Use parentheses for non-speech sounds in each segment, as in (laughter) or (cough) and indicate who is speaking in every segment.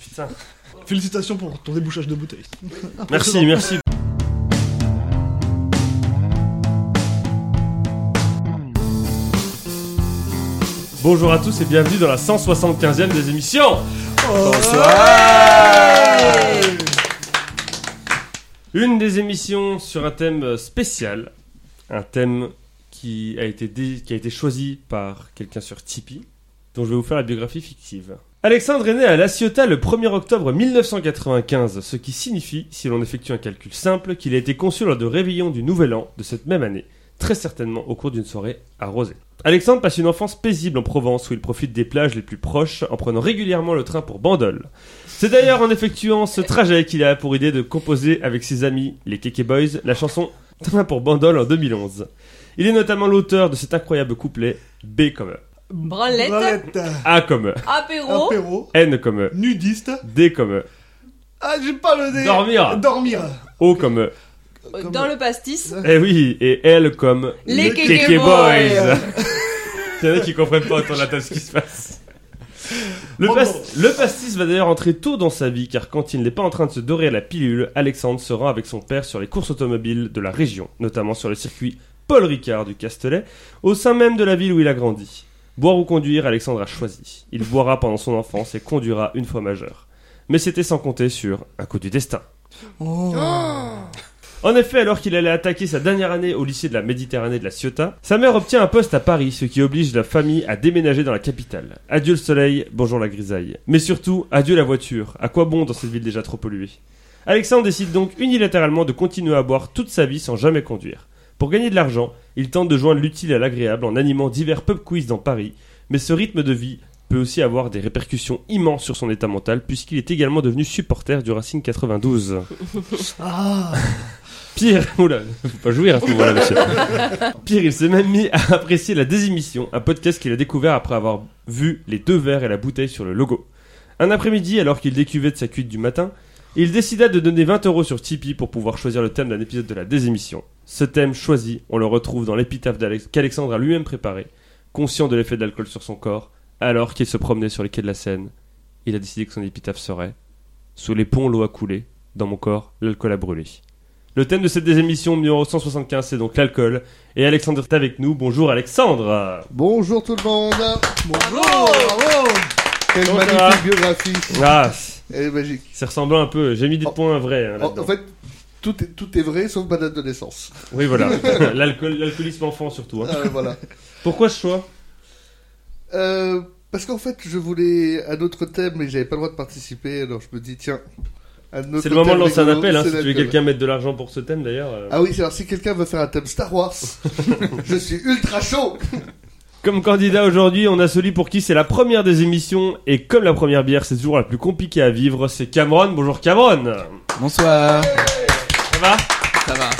Speaker 1: Putain.
Speaker 2: Félicitations pour ton débouchage de bouteille.
Speaker 1: Merci, merci. Bonjour à tous et bienvenue dans la 175e des émissions. Une des émissions sur un thème spécial, un thème qui a été, dé- qui a été choisi par quelqu'un sur Tipeee, dont je vais vous faire la biographie fictive. Alexandre est né à La Ciotat le 1er octobre 1995, ce qui signifie, si l'on effectue un calcul simple, qu'il a été conçu lors de réveillon du Nouvel An de cette même année, très certainement au cours d'une soirée arrosée. Alexandre passe une enfance paisible en Provence où il profite des plages les plus proches en prenant régulièrement le train pour Bandol. C'est d'ailleurs en effectuant ce trajet qu'il a pour idée de composer avec ses amis, les Keke Boys, la chanson Train pour Bandol en 2011. Il est notamment l'auteur de cet incroyable couplet B comme E,
Speaker 3: Branlette,
Speaker 1: A comme E,
Speaker 3: apéro,
Speaker 2: apéro,
Speaker 1: N comme E,
Speaker 2: nudiste.
Speaker 1: D comme E,
Speaker 2: Ah, j'ai pas le nez.
Speaker 1: Dormir.
Speaker 2: Dormir.
Speaker 1: O comme E,
Speaker 3: euh,
Speaker 2: Comme-
Speaker 3: dans le pastis,
Speaker 1: eh oui, et L comme
Speaker 3: les
Speaker 2: Le
Speaker 3: Kéké
Speaker 1: Kéké
Speaker 3: (laughs) Boys.
Speaker 1: Il y en a qui comprennent pas autour de la table ce qui se passe. Le,
Speaker 2: Bon,
Speaker 1: pas-
Speaker 2: bon.
Speaker 1: le pastis va d'ailleurs entrer tôt dans sa vie car quand il n'est pas en train de se dorer à la pilule, Alexandre se rend avec son père sur les courses automobiles de la région, notamment sur le circuit Paul Ricard du Castellet, au sein même de la ville où il a grandi. Boire ou conduire, Alexandre a choisi. Il boira pendant son enfance et conduira une fois majeur. Mais c'était sans compter sur un coup du destin.
Speaker 2: Oh.
Speaker 3: Oh.
Speaker 1: En effet, alors qu'il allait attaquer sa dernière année au lycée de la Méditerranée de la Ciotat, sa mère obtient un poste à Paris, ce qui oblige la famille à déménager dans la capitale. Adieu le soleil, bonjour la grisaille. Mais surtout, adieu la voiture. À quoi bon dans cette ville déjà trop polluée Alexandre décide donc unilatéralement de continuer à boire toute sa vie sans jamais conduire. Pour gagner de l'argent, il tente de joindre l'utile à l'agréable en animant divers pub quiz dans Paris, mais ce rythme de vie peut aussi avoir des répercussions immenses sur son état mental puisqu'il est également devenu supporter du Racing 92.
Speaker 2: Ah,
Speaker 1: Pire, (laughs) oula, faut pas jouir à ce niveau-là, monsieur. Pire, il s'est même mis à apprécier La Désémission, un podcast qu'il a découvert après avoir vu les deux verres et la bouteille sur le logo. Un après-midi, alors qu'il décuvait de sa cuite du matin, il décida de donner 20 euros sur Tipeee pour pouvoir choisir le thème d'un épisode de La Désémission. Ce thème choisi, on le retrouve dans l'épitaphe d'Alex- qu'Alexandre a lui-même préparé, conscient de l'effet de l'alcool sur son corps, alors qu'il se promenait sur les quais de la Seine. Il a décidé que son épitaphe serait Sous les ponts, l'eau a coulé, dans mon corps, l'alcool a brûlé. Le thème de cette émission numéro 175, c'est donc l'alcool. Et Alexandre est avec nous. Bonjour Alexandre
Speaker 4: Bonjour tout le monde.
Speaker 2: bonjour.
Speaker 4: Quelle
Speaker 1: Bonjour.
Speaker 4: magnifique biographie.
Speaker 1: Ah,
Speaker 4: Elle est magique.
Speaker 1: c'est ressemblant un peu. J'ai mis des
Speaker 4: Oh.
Speaker 1: points vrais. hein,
Speaker 4: En,
Speaker 1: là-dedans.
Speaker 4: en fait, tout est, tout est vrai sauf ma date
Speaker 1: (laughs)
Speaker 4: de naissance.
Speaker 1: Oui,
Speaker 4: (laughs)
Speaker 1: voilà. L'alcool- L'alcoolisme enfant surtout. hein.
Speaker 4: Euh, voilà.
Speaker 1: Pourquoi ce choix
Speaker 4: Euh, parce qu'en fait, je voulais un autre thème, mais j'avais pas le droit de participer. Alors je me dis, tiens, un autre
Speaker 1: C'est le moment de
Speaker 4: thème
Speaker 1: lancer un
Speaker 4: rigolo,
Speaker 1: appel. hein,
Speaker 4: c'est
Speaker 1: si tu veux
Speaker 4: l'alcool.
Speaker 1: quelqu'un mettre de l'argent pour ce thème d'ailleurs. euh.
Speaker 4: Ah oui, alors si quelqu'un veut faire un thème Star
Speaker 1: (laughs)
Speaker 4: Wars, je suis ultra chaud.
Speaker 1: Comme candidat aujourd'hui, on a celui pour qui c'est la première des émissions. Et comme la première bière, c'est toujours la plus compliquée à vivre. C'est Cameron. Bonjour Cameron
Speaker 5: Bonsoir.
Speaker 1: Ça va
Speaker 5: Ça va.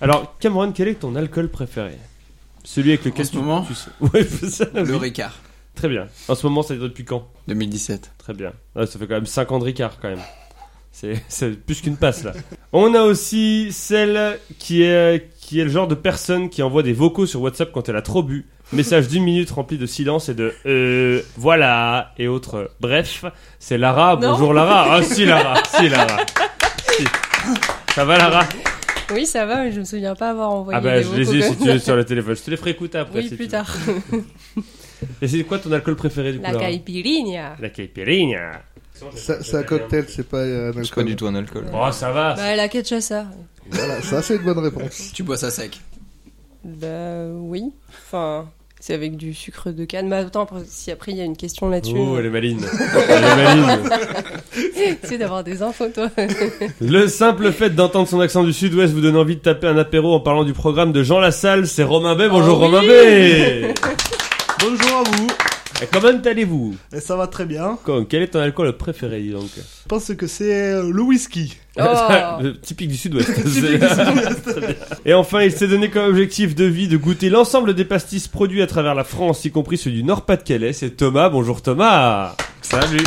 Speaker 1: Alors, Cameron, quel est ton alcool préféré Celui avec lequel
Speaker 5: ce
Speaker 1: tu-
Speaker 5: moment
Speaker 1: tu sais- (laughs) Ouais, c'est ça, oui.
Speaker 5: Le Ricard.
Speaker 1: Très bien. En ce moment, ça dure depuis quand
Speaker 5: 2017.
Speaker 1: Très bien. Ah, ça fait quand même 5 ans de Ricard, quand même. C'est c'est plus qu'une passe, là. On a aussi celle qui est, qui est le genre de personne qui envoie des vocaux sur WhatsApp quand elle a trop bu. Message d'une minute rempli de silence et de euh, voilà et autres. euh, Bref, c'est Lara.
Speaker 3: Non.
Speaker 1: Bonjour Lara. Ah, si, Lara. Si, Lara. Si. Ça va, Lara
Speaker 3: Oui, ça va, mais je me souviens pas avoir envoyé
Speaker 1: Ah, bah,
Speaker 3: les
Speaker 1: je
Speaker 3: vocaux
Speaker 1: les ai
Speaker 3: comme-
Speaker 1: si tu veux sur le téléphone. Je te les ferai écouter après.
Speaker 3: Oui,
Speaker 1: si tu
Speaker 3: plus
Speaker 1: veux.
Speaker 3: tard.
Speaker 1: Et c'est quoi ton alcool préféré du coup
Speaker 3: La
Speaker 1: Lara
Speaker 3: caipirinha.
Speaker 1: La caipirinha.
Speaker 4: Ça- C'est un cocktail, c'est pas euh, un
Speaker 5: Je pas
Speaker 4: alcool.
Speaker 5: du tout un alcool.
Speaker 1: Oh, ça va.
Speaker 3: Bah, la cachaça.
Speaker 4: Voilà, ça c'est une bonne réponse.
Speaker 5: Tu bois ça sec.
Speaker 3: Bah, oui. Enfin, c'est avec du sucre de canne. Mais attends, après, si après il y a une question là-dessus,
Speaker 1: Oh, elle est maligne. Elle est maligne.
Speaker 3: (laughs) c'est d'avoir des infos,
Speaker 1: (laughs)
Speaker 3: toi. Oh.
Speaker 1: Le simple fait d'entendre son accent du sud-ouest vous donne envie de taper un apéro en parlant du programme de Jean Lassalle. C'est Romain Bay. Bonjour
Speaker 3: Oh oui.
Speaker 1: Romain Bay.
Speaker 2: Bonjour à vous.
Speaker 1: Et comment allez-vous
Speaker 2: Et ça va très bien.
Speaker 1: Quand- Quel est ton alcool préféré, dis donc
Speaker 2: Je pense que c'est euh, le whisky.
Speaker 1: (laughs)
Speaker 3: Oh.
Speaker 1: Le Typique du
Speaker 3: (laughs)
Speaker 1: sud-ouest. Très bien. Et enfin, il s'est donné comme objectif de vie de goûter l'ensemble des pastis produits à travers la France, y compris ceux du Nord-Pas-de-Calais. C'est Thomas. Bonjour Thomas. Salut.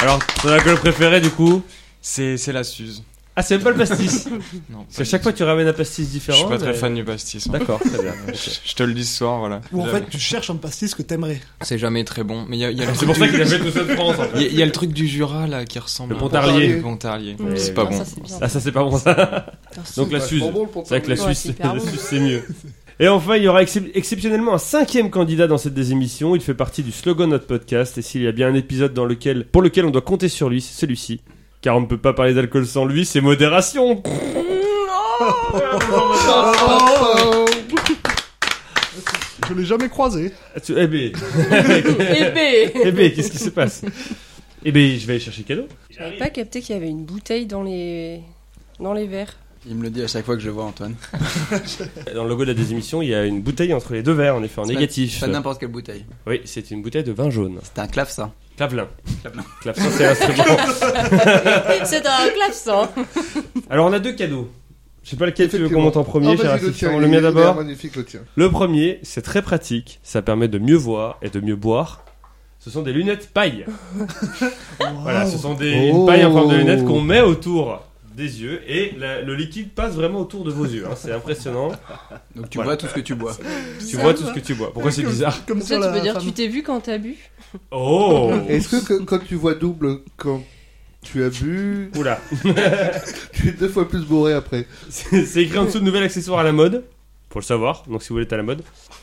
Speaker 1: Alors, ton alcool préféré du coup
Speaker 6: C'est c'est la Suze.
Speaker 1: Ah, c'est même pas le
Speaker 6: (laughs)
Speaker 1: pastis.
Speaker 5: Non,
Speaker 1: Parce qu'à chaque fois, tu ramènes un pastis
Speaker 6: Je
Speaker 1: différent.
Speaker 6: suis pas très
Speaker 1: Oh, mais-
Speaker 6: fan du pastis. hein.
Speaker 1: D'accord, très bien.
Speaker 6: Euh, Je je te le dis ce soir, voilà.
Speaker 2: Ou en fait, tu cherches un pastis que t'aimerais.
Speaker 5: C'est jamais très bon. Mais il y a, il y a le
Speaker 1: C'est
Speaker 5: truc
Speaker 1: pour ça
Speaker 5: du-
Speaker 1: qu'il a fait tout ça de France, en
Speaker 5: il y a-
Speaker 1: fait.
Speaker 5: il y a le truc du Jura là qui ressemble
Speaker 1: Le
Speaker 5: à un-
Speaker 1: Pontarlier.
Speaker 5: Le Pontarlier.
Speaker 3: Mm.
Speaker 5: C'est pas
Speaker 3: Ah,
Speaker 5: bon.
Speaker 3: ça, c'est bien.
Speaker 1: Ah, ça, c'est pas bon, ça. Donc, la
Speaker 4: vachement
Speaker 1: Suze.
Speaker 4: bon, le Pontarlier.
Speaker 1: C'est vrai que la
Speaker 3: Ouais,
Speaker 1: Suisse, (laughs)
Speaker 3: c'est hyper
Speaker 1: la
Speaker 3: bon.
Speaker 1: Suisse, c'est mieux. Et enfin, il y aura excep- exceptionnellement un cinquième candidat dans cette des émissions. Il fait partie du slogan de notre podcast. Et s'il y a bien un épisode dans lequel, pour lequel on doit compter sur lui, c'est celui-ci. Car on ne peut pas parler d'alcool sans lui, c'est modération.
Speaker 4: Oh,
Speaker 2: Je l'ai jamais croisé.
Speaker 1: Tu- Eh ben,
Speaker 3: Eh ben
Speaker 1: eh ben, qu'est-ce qui se passe Eh ben, je vais aller chercher cadeau.
Speaker 3: J'avais pas capté qu'il y avait une bouteille dans les, dans les verres.
Speaker 5: Il me le dit à chaque fois que je le vois, Antoine.
Speaker 1: Dans le logo de la désémission, il y a une bouteille entre les deux verres, en effet, en
Speaker 5: C'est pas-
Speaker 1: négatif.
Speaker 5: Pas n'importe quelle bouteille.
Speaker 1: Oui, c'est une bouteille de vin jaune.
Speaker 5: C'était un clavecin.
Speaker 1: Clavelin. Clavelin, c'est l'instrument.
Speaker 3: (laughs) C'est un clavecin
Speaker 1: Alors, on a deux cadeaux. Je sais pas lequel tu veux qu'on
Speaker 4: Effectivement. Ah,
Speaker 1: monte en premier,
Speaker 4: vas-y,
Speaker 1: cher
Speaker 4: le
Speaker 1: assistant.
Speaker 4: tien,
Speaker 1: Le mien
Speaker 4: il est- il est
Speaker 1: d'abord.
Speaker 4: Magnifique le tien.
Speaker 1: Le premier, c'est très pratique, ça permet de mieux voir et de mieux boire. Ce sont des lunettes paille. Voilà, ce sont des
Speaker 4: Oh.
Speaker 1: une paille en forme de lunettes qu'on met autour des yeux et la- le liquide passe vraiment autour de vos yeux. hein. C'est impressionnant.
Speaker 5: Donc tu
Speaker 1: Voilà.
Speaker 5: vois tout ce que tu bois.
Speaker 1: Tu vois tout ce que tu bois. Pourquoi c'est bizarre
Speaker 2: Comme
Speaker 3: Ça,
Speaker 2: sur
Speaker 3: tu
Speaker 2: la
Speaker 3: peux dire,
Speaker 2: femme.
Speaker 3: tu t'es vu quand t'as bu
Speaker 1: Oh
Speaker 4: (laughs) Est-ce que, que- quand tu vois double, quand tu as bu, (laughs)
Speaker 1: Oula,
Speaker 4: tu es deux fois plus bourré après
Speaker 1: c'est c'est écrit en dessous de nouvel accessoire à la mode. Faut le savoir, donc si vous voulez être à la mode.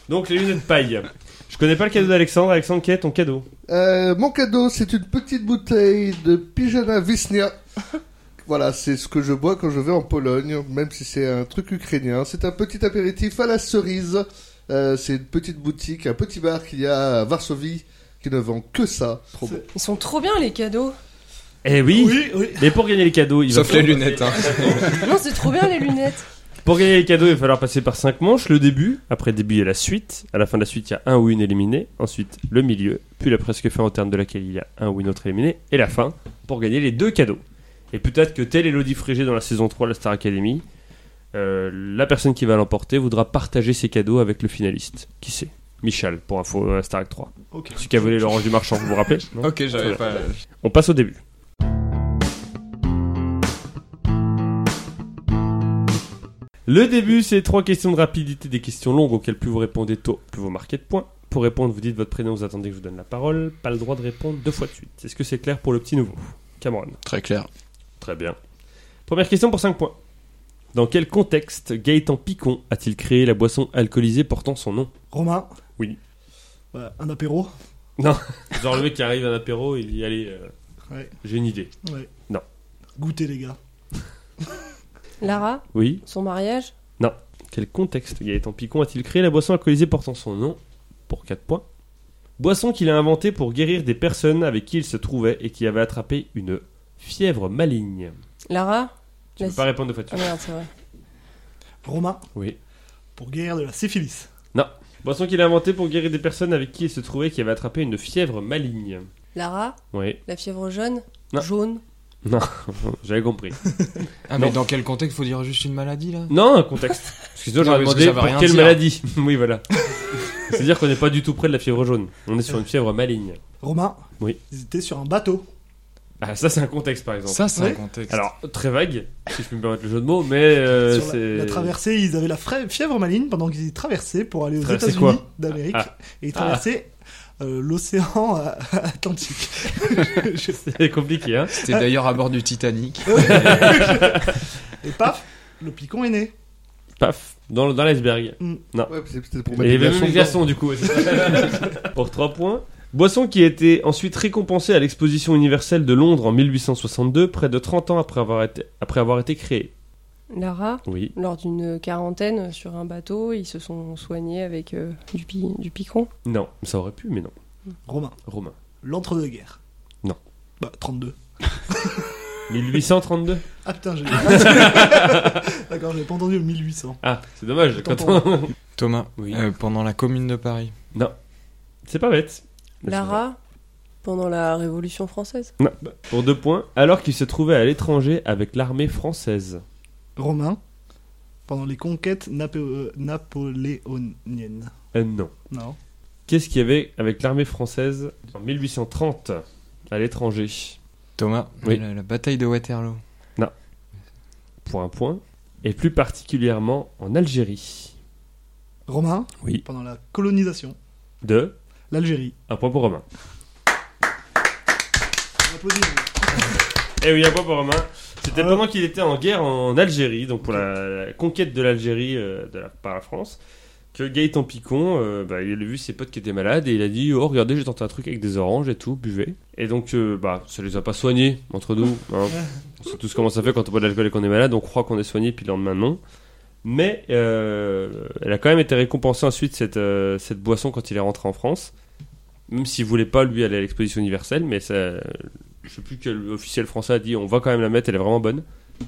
Speaker 1: Donc les lunettes paille. Je connais pas le cadeau d'Alexandre. Alexandre, quel est ton cadeau
Speaker 4: Euh, Mon cadeau, c'est une petite bouteille de Pijana Visnia. Voilà, c'est ce que je bois quand je vais en Pologne, même si c'est un truc ukrainien. C'est un petit apéritif à la cerise. Euh, c'est une petite boutique, un petit bar qu'il y a à Varsovie qui ne vend que ça. Trop bon.
Speaker 3: Ils sont trop bien les cadeaux
Speaker 1: Eh oui,
Speaker 2: Oui, oui.
Speaker 1: Mais pour gagner les cadeaux, il
Speaker 5: Sauf
Speaker 1: va
Speaker 5: les lunettes. Hein.
Speaker 3: Non, c'est trop bien les lunettes
Speaker 1: Pour gagner les cadeaux, il va falloir passer par 5 manches. Le début, après le début, il y a la suite. À la fin de la suite, il y a un ou une éliminée. Ensuite, le milieu. Puis la presque fin, en terme de laquelle il y a un ou une autre éliminée. Et la fin, pour gagner les deux cadeaux. Et peut-être que telle Elodie Frégé dans la saison 3 de la Star Academy, euh, la personne qui va l'emporter voudra partager ses cadeaux avec le finaliste. Qui sait Michel, pour info, euh, Star Trek 3.
Speaker 2: Ok.
Speaker 1: Celui qui a volé l'orange du marchand, vous vous rappelez Non
Speaker 5: ok, j'avais pas.
Speaker 1: On passe au début. Le début, c'est trois questions de rapidité, des questions longues auxquelles plus vous répondez tôt, plus vous marquez de points. Pour répondre, vous dites votre prénom, vous attendez que je vous donne la parole. Pas le droit de répondre deux fois de suite. Est-ce que c'est clair pour le petit nouveau Cameron.
Speaker 5: Très clair.
Speaker 1: Très bien. Première question pour 5 points. Dans quel contexte Gaëtan Picon a-t-il créé la boisson alcoolisée portant son nom
Speaker 2: Romain.
Speaker 1: Oui.
Speaker 2: Bah, un apéro.
Speaker 1: Genre le mec qui arrive à un apéro, il y allait.
Speaker 2: Ouais.
Speaker 1: J'ai une idée.
Speaker 2: Ouais.
Speaker 1: Non.
Speaker 2: Goûtez, les gars.
Speaker 3: Lara,
Speaker 1: Oui
Speaker 3: son mariage
Speaker 1: Quel contexte Gaëtan Picon a-t-il créé la boisson alcoolisée portant son nom Pour 4 points. Boisson qu'il a inventée pour guérir des personnes avec qui il se trouvait et qui avaient attrapé une fièvre maligne.
Speaker 3: Lara
Speaker 1: Tu
Speaker 3: la-
Speaker 1: peux pas répondre de fois de
Speaker 3: Ah
Speaker 1: suite.
Speaker 3: merde, c'est vrai.
Speaker 2: Romain,
Speaker 1: Oui.
Speaker 2: pour guérir de la syphilis.
Speaker 1: Boisson qu'il a inventée pour guérir des personnes avec qui il se trouvait et qui avaient attrapé une fièvre maligne.
Speaker 3: Lara,
Speaker 1: Oui,
Speaker 3: la fièvre jaune
Speaker 1: Non. (laughs)
Speaker 3: Jaune
Speaker 1: j'avais compris.
Speaker 5: Ah,
Speaker 1: mais
Speaker 5: mais dans quel contexte faut dire juste une maladie là
Speaker 1: Non, un contexte. Parce que sinon
Speaker 5: Non,
Speaker 1: j'aurais
Speaker 5: parce que
Speaker 1: demandé
Speaker 5: ça veut
Speaker 1: pour
Speaker 5: rien
Speaker 1: quelle
Speaker 5: dire.
Speaker 1: maladie. (laughs) oui, voilà. C'est-à-dire qu'on n'est pas du tout près de la fièvre jaune. On est sur une fièvre maligne.
Speaker 2: Romain,
Speaker 1: Oui.
Speaker 2: ils étaient sur un bateau.
Speaker 1: Ah, ça c'est un contexte par exemple.
Speaker 5: Ça, c'est
Speaker 2: Ouais.
Speaker 5: un contexte.
Speaker 1: Alors, très vague, si je peux me permettre le jeu de mots, mais euh,
Speaker 2: sur la,
Speaker 1: c'est...
Speaker 2: la traversée, ils avaient la fra- fièvre maligne pendant qu'ils traversaient pour aller aux
Speaker 1: Traverser
Speaker 2: États-Unis
Speaker 1: quoi
Speaker 2: d'Amérique.
Speaker 1: Ah.
Speaker 2: Et ils traversaient euh, l'océan euh,
Speaker 1: (laughs)
Speaker 2: Atlantique.
Speaker 1: (laughs) C'est compliqué, hein
Speaker 5: C'était d'ailleurs à bord du Titanic.
Speaker 1: (laughs)
Speaker 2: Et paf, le picon est né.
Speaker 1: Paf, dans, dans l'iceberg.
Speaker 4: Ouais, c'est- c'était pour
Speaker 1: Et
Speaker 4: mettre
Speaker 1: il y
Speaker 4: des
Speaker 1: avait
Speaker 4: glaçons
Speaker 1: même une
Speaker 4: dedans.
Speaker 1: glaçon, du coup. (laughs) Pour 3 points. Boisson qui a été ensuite récompensée à l'exposition universelle de Londres en 1862, près de 30 ans après avoir été, après avoir été créée.
Speaker 3: Lara,
Speaker 1: Oui.
Speaker 3: lors d'une quarantaine sur un bateau, ils se sont soignés avec euh, du, pi- du picon.
Speaker 1: Non, ça aurait pu, mais non.
Speaker 2: Romain,
Speaker 1: Romain.
Speaker 2: l'entre-deux-guerres.
Speaker 1: Non.
Speaker 2: Bah, 32.
Speaker 1: 1832
Speaker 2: Ah putain, j'ai.
Speaker 1: (laughs)
Speaker 2: D'accord, j'avais pas entendu le 1800.
Speaker 1: Ah, c'est dommage.
Speaker 2: Autant
Speaker 1: Quand on...
Speaker 5: Thomas,
Speaker 1: Oui.
Speaker 5: euh, pendant la Commune de Paris.
Speaker 1: (laughs) C'est pas bête.
Speaker 3: Lara, pendant la Révolution française.
Speaker 1: Pour 2 points. Alors qu'il se trouvait à l'étranger avec l'armée française.
Speaker 2: Romain, pendant les conquêtes napé- euh, napoléoniennes.
Speaker 1: Euh, non.
Speaker 2: Non.
Speaker 1: Qu'est-ce qu'il y avait avec l'armée française en 1830 à l'étranger
Speaker 5: Thomas,
Speaker 1: Oui.
Speaker 5: la, la bataille de Waterloo.
Speaker 1: Non. point point, et plus particulièrement en Algérie.
Speaker 2: Romain,
Speaker 1: Oui.
Speaker 2: pendant la colonisation,
Speaker 1: De
Speaker 2: l'Algérie.
Speaker 1: un point pour Romain.
Speaker 2: On applaudit.
Speaker 1: Eh oui, un point pour Romain. C'était
Speaker 2: Ah.
Speaker 1: pendant qu'il était en guerre en Algérie, donc pour la, la conquête de l'Algérie euh, de la- par la France, que Gaëtan Picon, euh, bah, il a vu ses potes qui étaient malades et il a dit Oh, regardez, j'ai tenté un truc avec des oranges et tout, buvez. Et donc, euh, bah, ça les a pas soignés entre nous. hein. on sait tous comment ça fait quand on boit de l'alcool et qu'on est malade, on croit qu'on est soigné, puis le lendemain, non. Mais euh, elle a quand même été récompensée ensuite, cette, euh, cette boisson, quand il est rentré en France. Même s'il voulait pas, lui, aller à l'exposition universelle, mais ça, je sais plus quel officiel français a dit on va quand même la mettre, elle est vraiment bonne.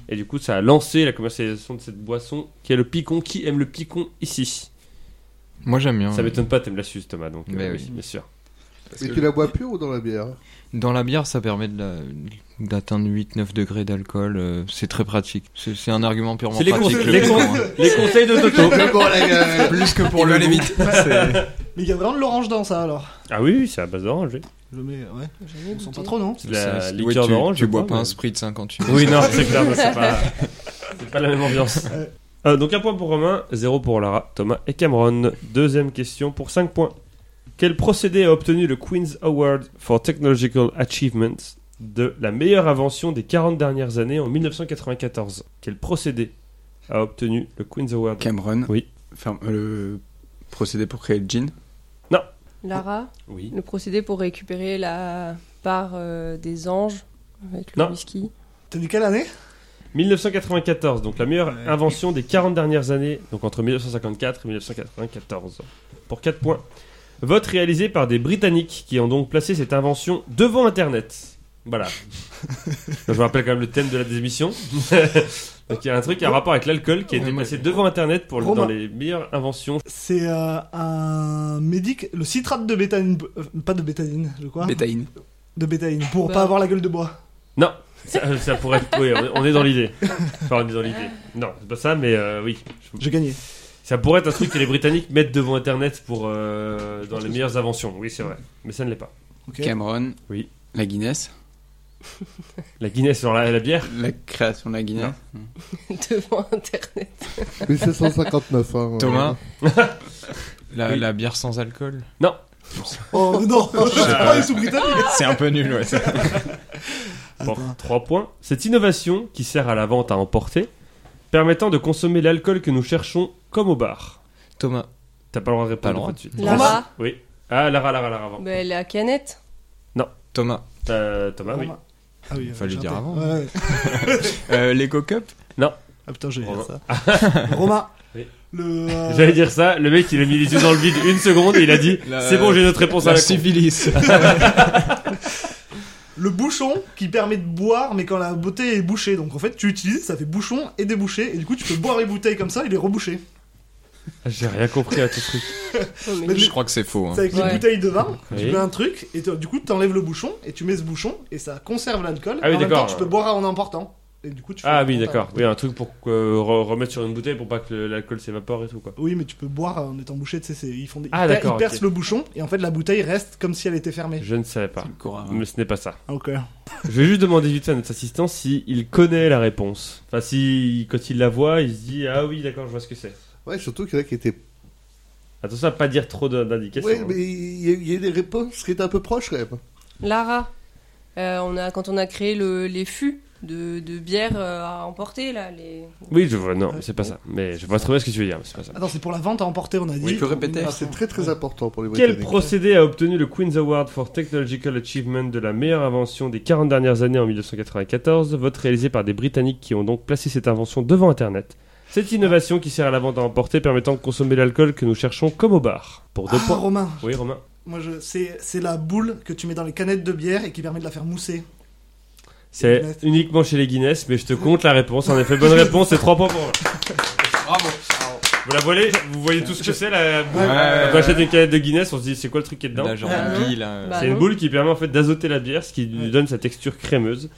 Speaker 1: Et du coup, ça a lancé la commercialisation de cette boisson qui est le picon. Qui aime le picon ici
Speaker 5: Moi j'aime bien.
Speaker 1: Ça m'étonne pas, t'aimes la suce, Thomas, donc euh,
Speaker 5: Mais oui.
Speaker 1: bien sûr.
Speaker 5: Parce
Speaker 4: Mais
Speaker 5: que
Speaker 4: tu la bois pure ou dans la bière
Speaker 5: Dans la bière, ça permet de la- d'atteindre 8-9 degrés d'alcool. euh, c'est très pratique. C'est c'est un argument purement
Speaker 1: C'est les
Speaker 5: pratique.
Speaker 1: conseils-
Speaker 5: le
Speaker 1: les
Speaker 5: picon,
Speaker 1: conseils-
Speaker 5: hein.
Speaker 1: Les conseils de
Speaker 4: (laughs)
Speaker 5: (laughs)
Speaker 1: Toto
Speaker 4: Mais bon, la gueule. (laughs)
Speaker 5: Plus que pour le aller vite.
Speaker 2: Mais il y a vraiment de l'orange dans ça alors.
Speaker 1: Ah oui, oui, c'est à base d'orange. oui.
Speaker 2: Je mets, ouais.
Speaker 3: Jamais
Speaker 2: On sent
Speaker 3: goûté.
Speaker 2: pas trop, non
Speaker 1: C'est de la
Speaker 5: Ça- ouais,
Speaker 1: liqueur
Speaker 5: tu-
Speaker 1: d'orange.
Speaker 5: Tu
Speaker 1: je
Speaker 5: bois
Speaker 1: crois,
Speaker 5: pas un
Speaker 1: mais-
Speaker 5: sprite 58.
Speaker 1: Oui, non, c'est clair, mais c'est pas... (laughs) c'est pas la même ambiance.
Speaker 2: Ouais.
Speaker 1: Euh, donc un point pour Romain, zéro pour Lara, Thomas et Cameron. Deuxième question pour 5 points. Quel procédé a obtenu le Queen's Award for Technological Achievement de la meilleure invention des 40 dernières années en 1994 Quel procédé a obtenu le Queen's Award
Speaker 6: Cameron.
Speaker 1: Oui.
Speaker 6: Ferme- euh, le procédé pour créer le jean.
Speaker 3: Lara,
Speaker 1: Oui.
Speaker 3: le procédé pour récupérer la part euh, des anges avec le
Speaker 1: Non.
Speaker 3: whisky. (laughs)
Speaker 2: T'as dit quelle année
Speaker 1: 1994, donc la meilleure
Speaker 2: Ouais.
Speaker 1: invention des 40 dernières années, donc entre 1954 et 1994. Pour 4 points. Vote réalisé par des Britanniques qui ont donc placé cette invention devant Internet. Voilà.
Speaker 2: (laughs)
Speaker 1: Je vous rappelle quand même le thème de la démission. donc il y a un truc qui a un rapport avec l'alcool qui a été
Speaker 5: Ouais,
Speaker 1: placé
Speaker 5: ouais.
Speaker 1: devant Internet pour le-
Speaker 2: Romain.
Speaker 1: dans les meilleures inventions.
Speaker 2: C'est euh, un médic, le citrate de bétaïne, euh, pas de bétaïne, je crois,
Speaker 6: Bétaïne.
Speaker 2: de bétaïne, pour
Speaker 3: Bah.
Speaker 2: pas avoir la gueule de bois.
Speaker 1: Non, ça, ça pourrait être... Oui, on est- on est dans l'idée. Enfin, on est dans l'idée. Non, c'est pas ça, mais euh, oui. Je-
Speaker 2: J'ai gagné.
Speaker 1: Ça pourrait être un truc que les Britanniques mettent devant Internet pour euh, dans les meilleures inventions. Oui, c'est vrai. Mais ça ne l'est pas.
Speaker 2: Ok.
Speaker 6: Cameron.
Speaker 1: Oui.
Speaker 6: La Guinness.
Speaker 1: La Guinness, genre la, la bière
Speaker 6: La création de la Guinness.
Speaker 3: devant Internet.
Speaker 4: 1759. Hein, ouais.
Speaker 5: Thomas (laughs) la,
Speaker 1: Oui.
Speaker 5: la bière
Speaker 1: (laughs)
Speaker 5: sans alcool.
Speaker 2: Oh non, je suis pas les sous-britanniques.
Speaker 5: C'est un peu nul, ouais.
Speaker 1: pour 3 points. Cette innovation, qui sert à la vente à emporter, permettant de consommer l'alcool que nous cherchons comme au bar.
Speaker 5: Thomas.
Speaker 1: T'as pas le droit de répondre
Speaker 5: Pas le droit.
Speaker 1: tout de suite.
Speaker 3: Lara,
Speaker 1: Oui. Ah, Lara, Lara, Lara, avant.
Speaker 3: bah, la canette.
Speaker 5: Thomas.
Speaker 1: Euh, Thomas, oui.
Speaker 2: Ah oui,
Speaker 5: Fallait
Speaker 2: j'ai
Speaker 5: dire
Speaker 2: raté.
Speaker 5: avant.
Speaker 2: Ouais, ouais.
Speaker 5: Euh, L'Eco Cup.
Speaker 2: Ah putain, j'ai
Speaker 1: Romain.
Speaker 2: dire ça. Romain,
Speaker 1: Oui.
Speaker 2: le. euh,
Speaker 1: J'allais dire ça, le mec il a mis les yeux dans le vide une seconde et il a dit
Speaker 5: La-
Speaker 1: c'est bon j'ai notre réponse à
Speaker 5: La
Speaker 1: la con. (laughs)
Speaker 5: syphilis.
Speaker 2: Le bouchon qui permet de boire, mais quand la bouteille est bouchée. Donc en fait, tu utilises, ça fait bouchon et débouché. Et du coup, tu peux boire les bouteilles comme ça et les reboucher.
Speaker 1: Ah, J'ai rien compris à ton truc.
Speaker 3: Non, Oh, mais-
Speaker 2: Mais
Speaker 5: Je crois que c'est faux. hein.
Speaker 2: C'est avec les
Speaker 3: Ouais.
Speaker 2: bouteilles de vin, tu
Speaker 1: Oui.
Speaker 2: mets un truc, et tu- du coup, tu enlèves le bouchon, et tu mets ce bouchon, et ça conserve l'alcool.
Speaker 1: Ah oui,
Speaker 2: et en même
Speaker 1: d'accord.
Speaker 2: temps, tu peux boire en emportant. Et du coup, tu fais
Speaker 1: Ah oui
Speaker 2: emporter.
Speaker 1: d'accord. Oui un truc pour euh, re- remettre sur une bouteille pour pas que le- l'alcool s'évapore et tout quoi.
Speaker 2: Oui, mais tu peux boire en étant bouché, tu sais, c'est- ils font des...
Speaker 1: Ah,
Speaker 2: ils per-
Speaker 1: d'accord,
Speaker 2: ils percent
Speaker 1: ok.
Speaker 2: le bouchon, et en fait, la bouteille reste comme si elle était fermée.
Speaker 1: Je ne savais pas.
Speaker 6: Le courage.
Speaker 1: Mais ce n'est pas ça.
Speaker 2: Ah, ok.
Speaker 1: Je vais juste demander vite fait à notre assistant s'il connaît la réponse. Enfin, si quand il la voit, il se dit Ah oui, d'accord, je vois ce que c'est.
Speaker 4: Ouais, surtout qu'il y en a qui étaient.
Speaker 1: Attention à pas dire trop de- d'indications. hein.
Speaker 4: Ouais, mais il y, a- il y a eu des réponses qui étaient un peu proches quand même. Ah,
Speaker 3: Lara, euh, on a, quand on a créé le, les fûts de, de bière euh, à emporter, là, les...
Speaker 1: Oui, je vois, non, c'est pas ça. Mais je vois très bien ce que tu veux dire, mais c'est pas ça.
Speaker 2: Attends, c'est pour la vente à emporter, on a dit.
Speaker 6: tu peux répéter
Speaker 4: Ah, c'est très très important pour les
Speaker 1: Quel
Speaker 4: Britanniques.
Speaker 1: procédé a obtenu le Queen's Award for Technological Achievement de la meilleure invention des 40 dernières années en 1994 Vote réalisé par des Britanniques qui ont donc placé cette invention devant Internet. Cette innovation qui sert à la vente à emporter permettant de consommer l'alcool que nous cherchons comme au bar. Pour deux
Speaker 2: Ah,
Speaker 1: points.
Speaker 2: Romain,
Speaker 1: Oui, Romain.
Speaker 2: moi, je... c'est c'est la boule que tu mets dans les canettes de bière et qui permet de la faire mousser.
Speaker 1: C'est
Speaker 2: Guinness.
Speaker 1: uniquement chez les Guinness, mais je te compte la réponse. En effet, bonne réponse, c'est 3 points pour moi.
Speaker 6: Bravo.
Speaker 1: Vous la voyez Vous voyez tout ce que c'est la boule
Speaker 5: Ouais,
Speaker 1: Quand
Speaker 5: ouais,
Speaker 1: on
Speaker 5: ouais.
Speaker 1: achète une canette de Guinness, on se dit c'est quoi le truc qui est dedans
Speaker 5: Là, genre
Speaker 3: Ah,
Speaker 5: la bille, là. euh,
Speaker 3: Bah,
Speaker 1: C'est une
Speaker 3: non.
Speaker 1: boule qui permet en fait d'azoter la bière, ce qui lui donne sa texture crémeuse.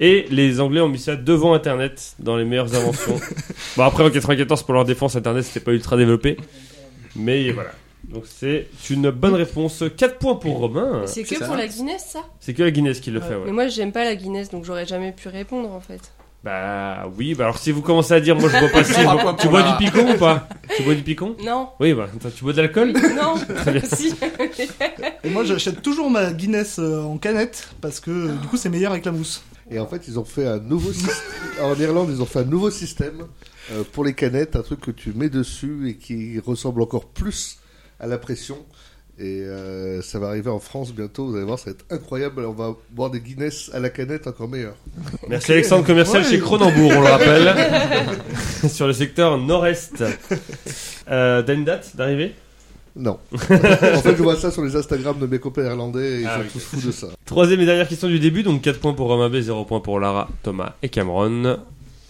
Speaker 1: Et les Anglais ont mis ça devant Internet dans les meilleures inventions. bon après en 94 pour leur défense, Internet c'était pas ultra développé, mais voilà. Donc c'est une bonne réponse. 4 points pour Romain.
Speaker 3: C'est que
Speaker 6: C'est ça.
Speaker 3: pour la Guinness, ça
Speaker 1: C'est que la Guinness qui le fait.
Speaker 2: Ouais.
Speaker 1: ouais.
Speaker 3: Mais moi, j'aime pas la Guinness, donc j'aurais jamais pu répondre, en fait.
Speaker 1: Bah oui, bah alors si vous commencez à dire, moi je bois (laughs) pas si.
Speaker 6: Trois points pour
Speaker 1: tu bois
Speaker 6: la-
Speaker 1: du picon ou pas Tu bois du picon
Speaker 3: Non.
Speaker 1: Oui, bah attends, tu bois de l'alcool
Speaker 3: Non,
Speaker 1: bien.
Speaker 3: si. (laughs)
Speaker 2: Et moi, j'achète toujours ma Guinness euh, en canette parce que euh, du coup, c'est meilleur avec la mousse.
Speaker 4: Et en fait, ils ont fait un nouveau système. (laughs) en Irlande, ils ont fait un nouveau système euh, pour les canettes, un truc que tu mets dessus et qui ressemble encore plus à la pression. Et euh, ça va arriver en France bientôt, vous allez voir, ça va être incroyable. On va boire des Guinness à la canette encore meilleur.
Speaker 1: Merci Alexandre, commercial
Speaker 2: Ouais.
Speaker 1: chez Cronenbourg, on le rappelle. (laughs) Sur le secteur nord-est. Euh, T'as une date d'arrivée (laughs)
Speaker 4: Non. en fait, je vois ça sur les Instagram de mes copains irlandais et ils
Speaker 1: Ah
Speaker 4: sont
Speaker 1: oui.
Speaker 4: tous fous de ça.
Speaker 1: Troisième et dernière question du début, donc 4 points pour Romain B, 0 points pour Lara, Thomas et Cameron.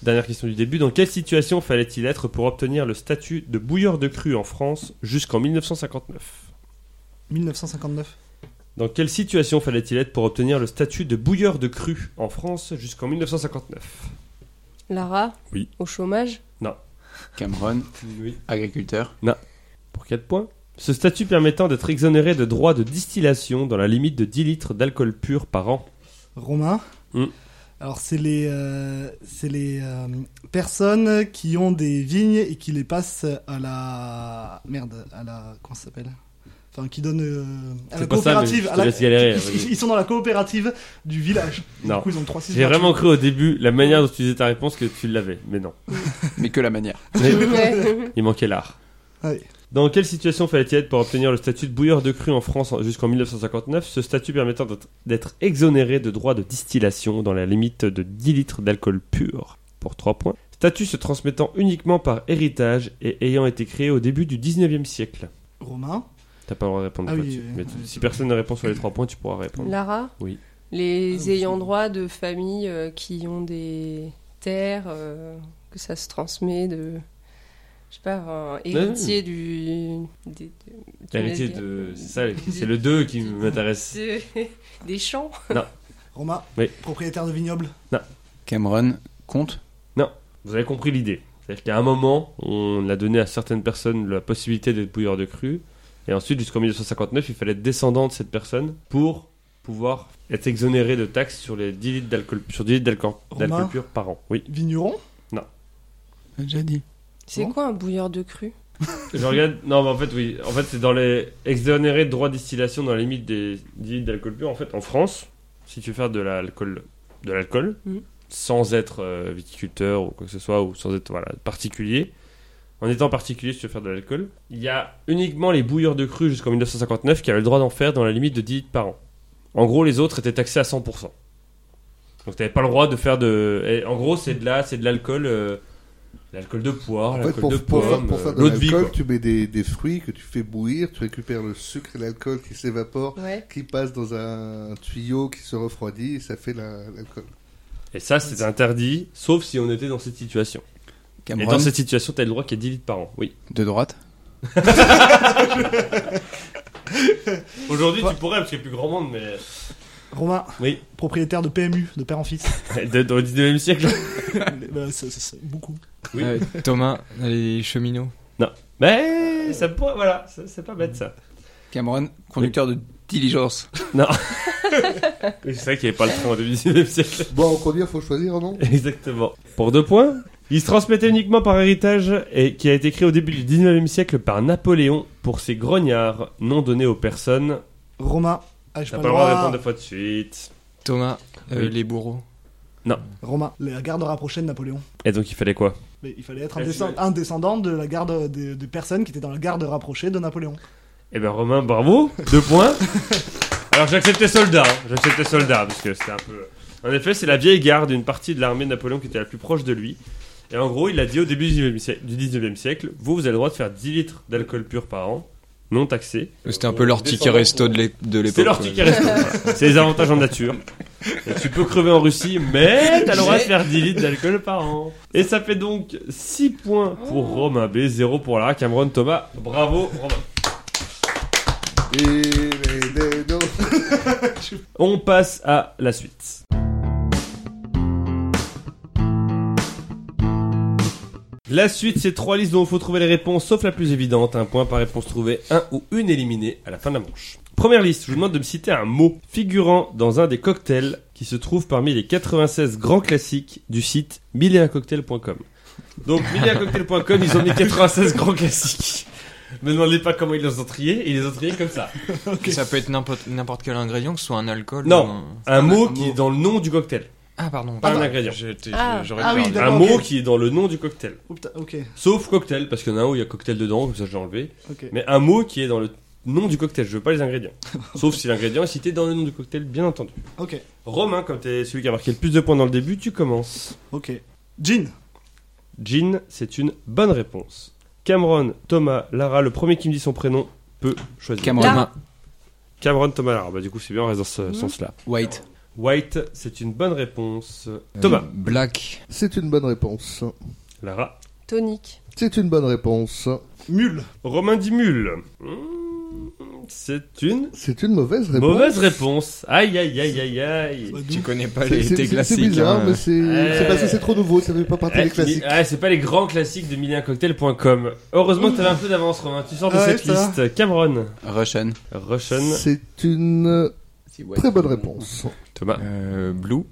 Speaker 1: Dernière question du début, dans quelle situation fallait-il être pour obtenir le statut de bouilleur de cru en France jusqu'en 1959
Speaker 2: 1959.
Speaker 1: Dans quelle situation fallait-il être pour obtenir le statut de bouilleur de cru en France jusqu'en 1959
Speaker 3: Lara
Speaker 1: Oui.
Speaker 3: Au chômage
Speaker 6: Cameron,
Speaker 1: Oui.
Speaker 6: agriculteur.
Speaker 1: Pour 4 points. Ce statut permettant d'être exonéré de droits de distillation dans la limite de 10 litres d'alcool pur par an.
Speaker 2: Romain.
Speaker 1: Mm.
Speaker 2: Alors, c'est les, euh, c'est les euh, personnes qui ont des vignes et qui les passent à la. Merde, à la. Comment ça s'appelle Enfin, qui donnent. euh, à la
Speaker 1: C'est pas ça, mais je
Speaker 2: coopérative.
Speaker 1: te
Speaker 2: à la-
Speaker 1: laisse galérer.
Speaker 2: Ils- ils, ils sont dans la coopérative du village.
Speaker 1: Non.
Speaker 2: Du coup, ils ont 3 6
Speaker 1: J'ai vraiment cru au début, la manière dont tu disais ta réponse, que tu l'avais, mais non.
Speaker 6: Mais que la manière.
Speaker 1: Mais (laughs)
Speaker 3: Ouais.
Speaker 1: il manquait l'art.
Speaker 2: Ouais.
Speaker 1: Dans quelle situation fallait-il être pour obtenir le statut de bouilleur de cru en France en- jusqu'en 1959 Ce statut permettant d'être- d'être exonéré de droits de distillation dans la limite de 10 litres d'alcool pur pour 3 points. Statut se transmettant uniquement par héritage et ayant été créé au début du 19e siècle.
Speaker 2: Romain.
Speaker 1: T'as pas le droit de répondre
Speaker 2: Ah oui,
Speaker 1: là-dessus.
Speaker 2: oui,
Speaker 1: Mais
Speaker 2: oui.
Speaker 1: tu- si personne ne répond sur les 3 points, tu pourras répondre.
Speaker 3: Lara
Speaker 1: Oui.
Speaker 2: Ah,
Speaker 3: Les
Speaker 2: oui,
Speaker 3: ayants
Speaker 2: c'est-
Speaker 3: droit de familles euh, qui ont des terres, euh, que ça se transmet de. Je sais pas, un héritier du. Des,
Speaker 1: L'héritier de. C'est ça, c'est le 2 qui m'intéresse.
Speaker 3: de- (laughs) des champs
Speaker 2: Romain.
Speaker 1: Oui.
Speaker 2: Propriétaire de vignoble.
Speaker 6: Cameron, compte.
Speaker 1: Vous avez compris l'idée. C'est-à-dire qu'à un moment, on a donné à certaines personnes la possibilité d'être bouilleur de cru. Et ensuite, jusqu'en 1959, il fallait être descendant de cette personne pour pouvoir être exonéré de taxes sur les 10 litres d'alcool sur 10 litres d'alcool
Speaker 2: Romain
Speaker 1: d'alcool pur par an. Oui.
Speaker 2: Vigneron.
Speaker 6: J'ai dit.
Speaker 3: C'est
Speaker 2: Bon.
Speaker 3: quoi un bouilleur de cru
Speaker 1: Je regarde. Non, mais en fait, oui. En fait, c'est dans les exonérés de droits de distillation dans la limite des 10 litres d'alcool pur. En fait, en France, si tu veux faire de l'alcool, de l'alcool,
Speaker 3: Mhm.
Speaker 1: sans être euh, viticulteur ou quoi que ce soit, ou sans être voilà particulier, en étant particulier, si tu veux faire de l'alcool, il y a uniquement les bouilleurs de cru jusqu'en 1959 qui avaient le droit d'en faire dans la limite de 10 litres par an. En gros, les autres étaient taxés à 100%. Donc, t'avais pas le droit de faire de. et en gros, c'est de la, c'est de l'alcool. euh, L'alcool de poire,
Speaker 4: En fait,
Speaker 1: l'alcool
Speaker 4: pour,
Speaker 1: de
Speaker 4: pour faire,
Speaker 1: pomme,
Speaker 4: pour faire
Speaker 1: euh,
Speaker 4: de
Speaker 1: l'eau de vie.
Speaker 4: l'alcool,
Speaker 1: quoi.
Speaker 4: tu mets des, des fruits que tu fais bouillir, tu récupères le sucre et l'alcool qui s'évapore,
Speaker 3: Ouais.
Speaker 4: qui passe dans un tuyau qui se refroidit et ça fait la- l'alcool.
Speaker 1: Et ça, c'est interdit, sauf si on était dans cette situation. Et
Speaker 6: Cameron,
Speaker 1: dans cette situation, t'as le droit qu'il y ait 10 litres par an, oui.
Speaker 6: de droite.
Speaker 1: Aujourd'hui, tu pourrais, parce qu'il y a plus grand monde, (laughs) mais...
Speaker 2: Romain.
Speaker 1: Oui.
Speaker 2: Propriétaire de PMU, de père
Speaker 1: (laughs)
Speaker 2: en fils.
Speaker 1: Dans le 19 e siècle.
Speaker 2: Bah, c'est- c'est- c'est beaucoup.
Speaker 1: Oui.
Speaker 5: Euh, Thomas, les cheminots.
Speaker 1: Mais ça pourrait, voilà, ça- c'est pas bête, ça.
Speaker 6: Cameron, conducteur de diligence.
Speaker 1: Oui, C'est vrai qu'il n'y avait pas le train au 19 e siècle.
Speaker 4: Bon, on conduit, faut choisir, hein, non
Speaker 1: (laughs) Exactement. Pour deux points, il se transmettait uniquement par héritage et qui a été créé au début du 19e siècle par Napoléon pour ses grognards non donnés aux personnes.
Speaker 2: Romain. Ah, j'ai
Speaker 1: T'as
Speaker 2: pas,
Speaker 1: pas le droit de répondre deux fois de suite.
Speaker 5: Thomas, euh,
Speaker 1: Oui.
Speaker 5: les bourreaux.
Speaker 2: Romain. La garde rapprochée de Napoléon.
Speaker 1: Et donc, il fallait quoi
Speaker 2: Mais il fallait être un,
Speaker 1: Eh,
Speaker 2: descend-
Speaker 1: c'est-
Speaker 2: un descendant de la garde des des personnes qui étaient dans la garde rapprochée de Napoléon.
Speaker 1: Eh ben Romain, bravo, deux points. Alors j'acceptais soldat, hein. j'acceptais soldat parce que c'était un peu. En effet, c'est la vieille garde, une partie de l'armée de Napoléon qui était la plus proche de lui. Et en gros, il a dit au début du 19e siècle, du 19e siècle, vous, vous avez le droit de faire 10 litres d'alcool pur par an, non taxé.
Speaker 5: C'était un peu leur ticket resto de l'é- de l'époque.
Speaker 1: C'est leur ticket resto. Voilà. C'est les avantages en nature. Et tu peux crever en Russie, mais t'as le droit de faire 10 litres d'alcool par an. Et ça fait donc 6 points pour Romain B, 0 pour Lara, Cameron, Thomas. Bravo, Romain.
Speaker 4: Et les dédos.
Speaker 1: On passe à la suite. La suite, c'est trois listes dont il faut trouver les réponses, sauf la plus évidente. Un point par réponse trouvée, un ou une éliminée à la fin de la manche. Première liste, je vous demande de me citer un mot figurant dans un des cocktails qui se trouve parmi les 96 grands classiques du site 1001cocktail.com. Donc 1001cocktail.com, ils ont mis 96 grands classiques. Ne me demandez pas comment ils les ont triés, ils les ont triés comme ça.
Speaker 5: Ça peut être n'importe n'importe quel ingrédient, que ce soit un alcool.
Speaker 1: Non.
Speaker 5: ou un-
Speaker 1: Un mot qui est dans le nom du cocktail,
Speaker 5: Ah, pardon.
Speaker 1: pas
Speaker 5: pardon.
Speaker 1: un ingrédient.
Speaker 5: J'étais-
Speaker 3: Ah.
Speaker 5: j'aurais
Speaker 2: Ah
Speaker 5: dû
Speaker 2: oui,
Speaker 5: parler.
Speaker 1: Un
Speaker 2: D'accord,
Speaker 1: mot
Speaker 2: ok.
Speaker 1: qui est dans le nom du cocktail.
Speaker 2: Oh, putain, ok,
Speaker 1: Sauf cocktail, parce qu'il y en a un où il y a cocktail dedans, comme ça je l'ai enlevé.
Speaker 2: ok.
Speaker 1: Mais un mot qui est dans le nom du cocktail, je veux pas les
Speaker 2: (laughs)
Speaker 1: ingrédients. Sauf si l'ingrédient est cité dans le nom du cocktail, bien entendu.
Speaker 2: Ok,
Speaker 1: Romain, comme t'es celui qui a marqué le plus de points dans le début, tu commences.
Speaker 2: ok. Jean,
Speaker 1: Jean, c'est une bonne réponse. Cameron, Thomas, Lara, le premier qui me dit son prénom peut choisir.
Speaker 6: Cameron
Speaker 3: Là.
Speaker 1: Cameron, Thomas, Lara. Bah, du coup, c'est bien, on reste dans ce sens-là.
Speaker 6: White.
Speaker 1: White, c'est une bonne réponse. Thomas,
Speaker 5: Euh, Black.
Speaker 4: (laughs) C'est une bonne réponse.
Speaker 1: Lara.
Speaker 3: Tonique.
Speaker 4: C'est une bonne réponse.
Speaker 2: Mule,
Speaker 1: Romain Dimule. Mmh, c'est une
Speaker 4: C'est une mauvaise réponse.
Speaker 1: mauvaise réponse. Aïe, aïe, aïe, aïe, aïe.
Speaker 5: (laughs) Tu connais pas
Speaker 4: C'est-
Speaker 5: les
Speaker 4: C'est
Speaker 5: thés
Speaker 4: c'est- c'est
Speaker 5: classiques.
Speaker 4: bizarre,
Speaker 5: hein.
Speaker 4: mais c'est
Speaker 1: Ouais.
Speaker 4: c'est parce que c'est trop nouveau, ça fait pas partie des
Speaker 1: Eh,
Speaker 4: classiques.
Speaker 1: mi- ah, c'est pas les grands classiques de miliencocktail.com. Heureusement que t'avais un peu d'avance, Romain. Tu sors de
Speaker 2: Ah ouais,
Speaker 1: cette
Speaker 2: ça va.
Speaker 1: liste. Cameron,
Speaker 6: Russian.
Speaker 1: Russian,
Speaker 4: C'est une euh, très bonne réponse.
Speaker 1: Thomas,
Speaker 5: Euh, Blue.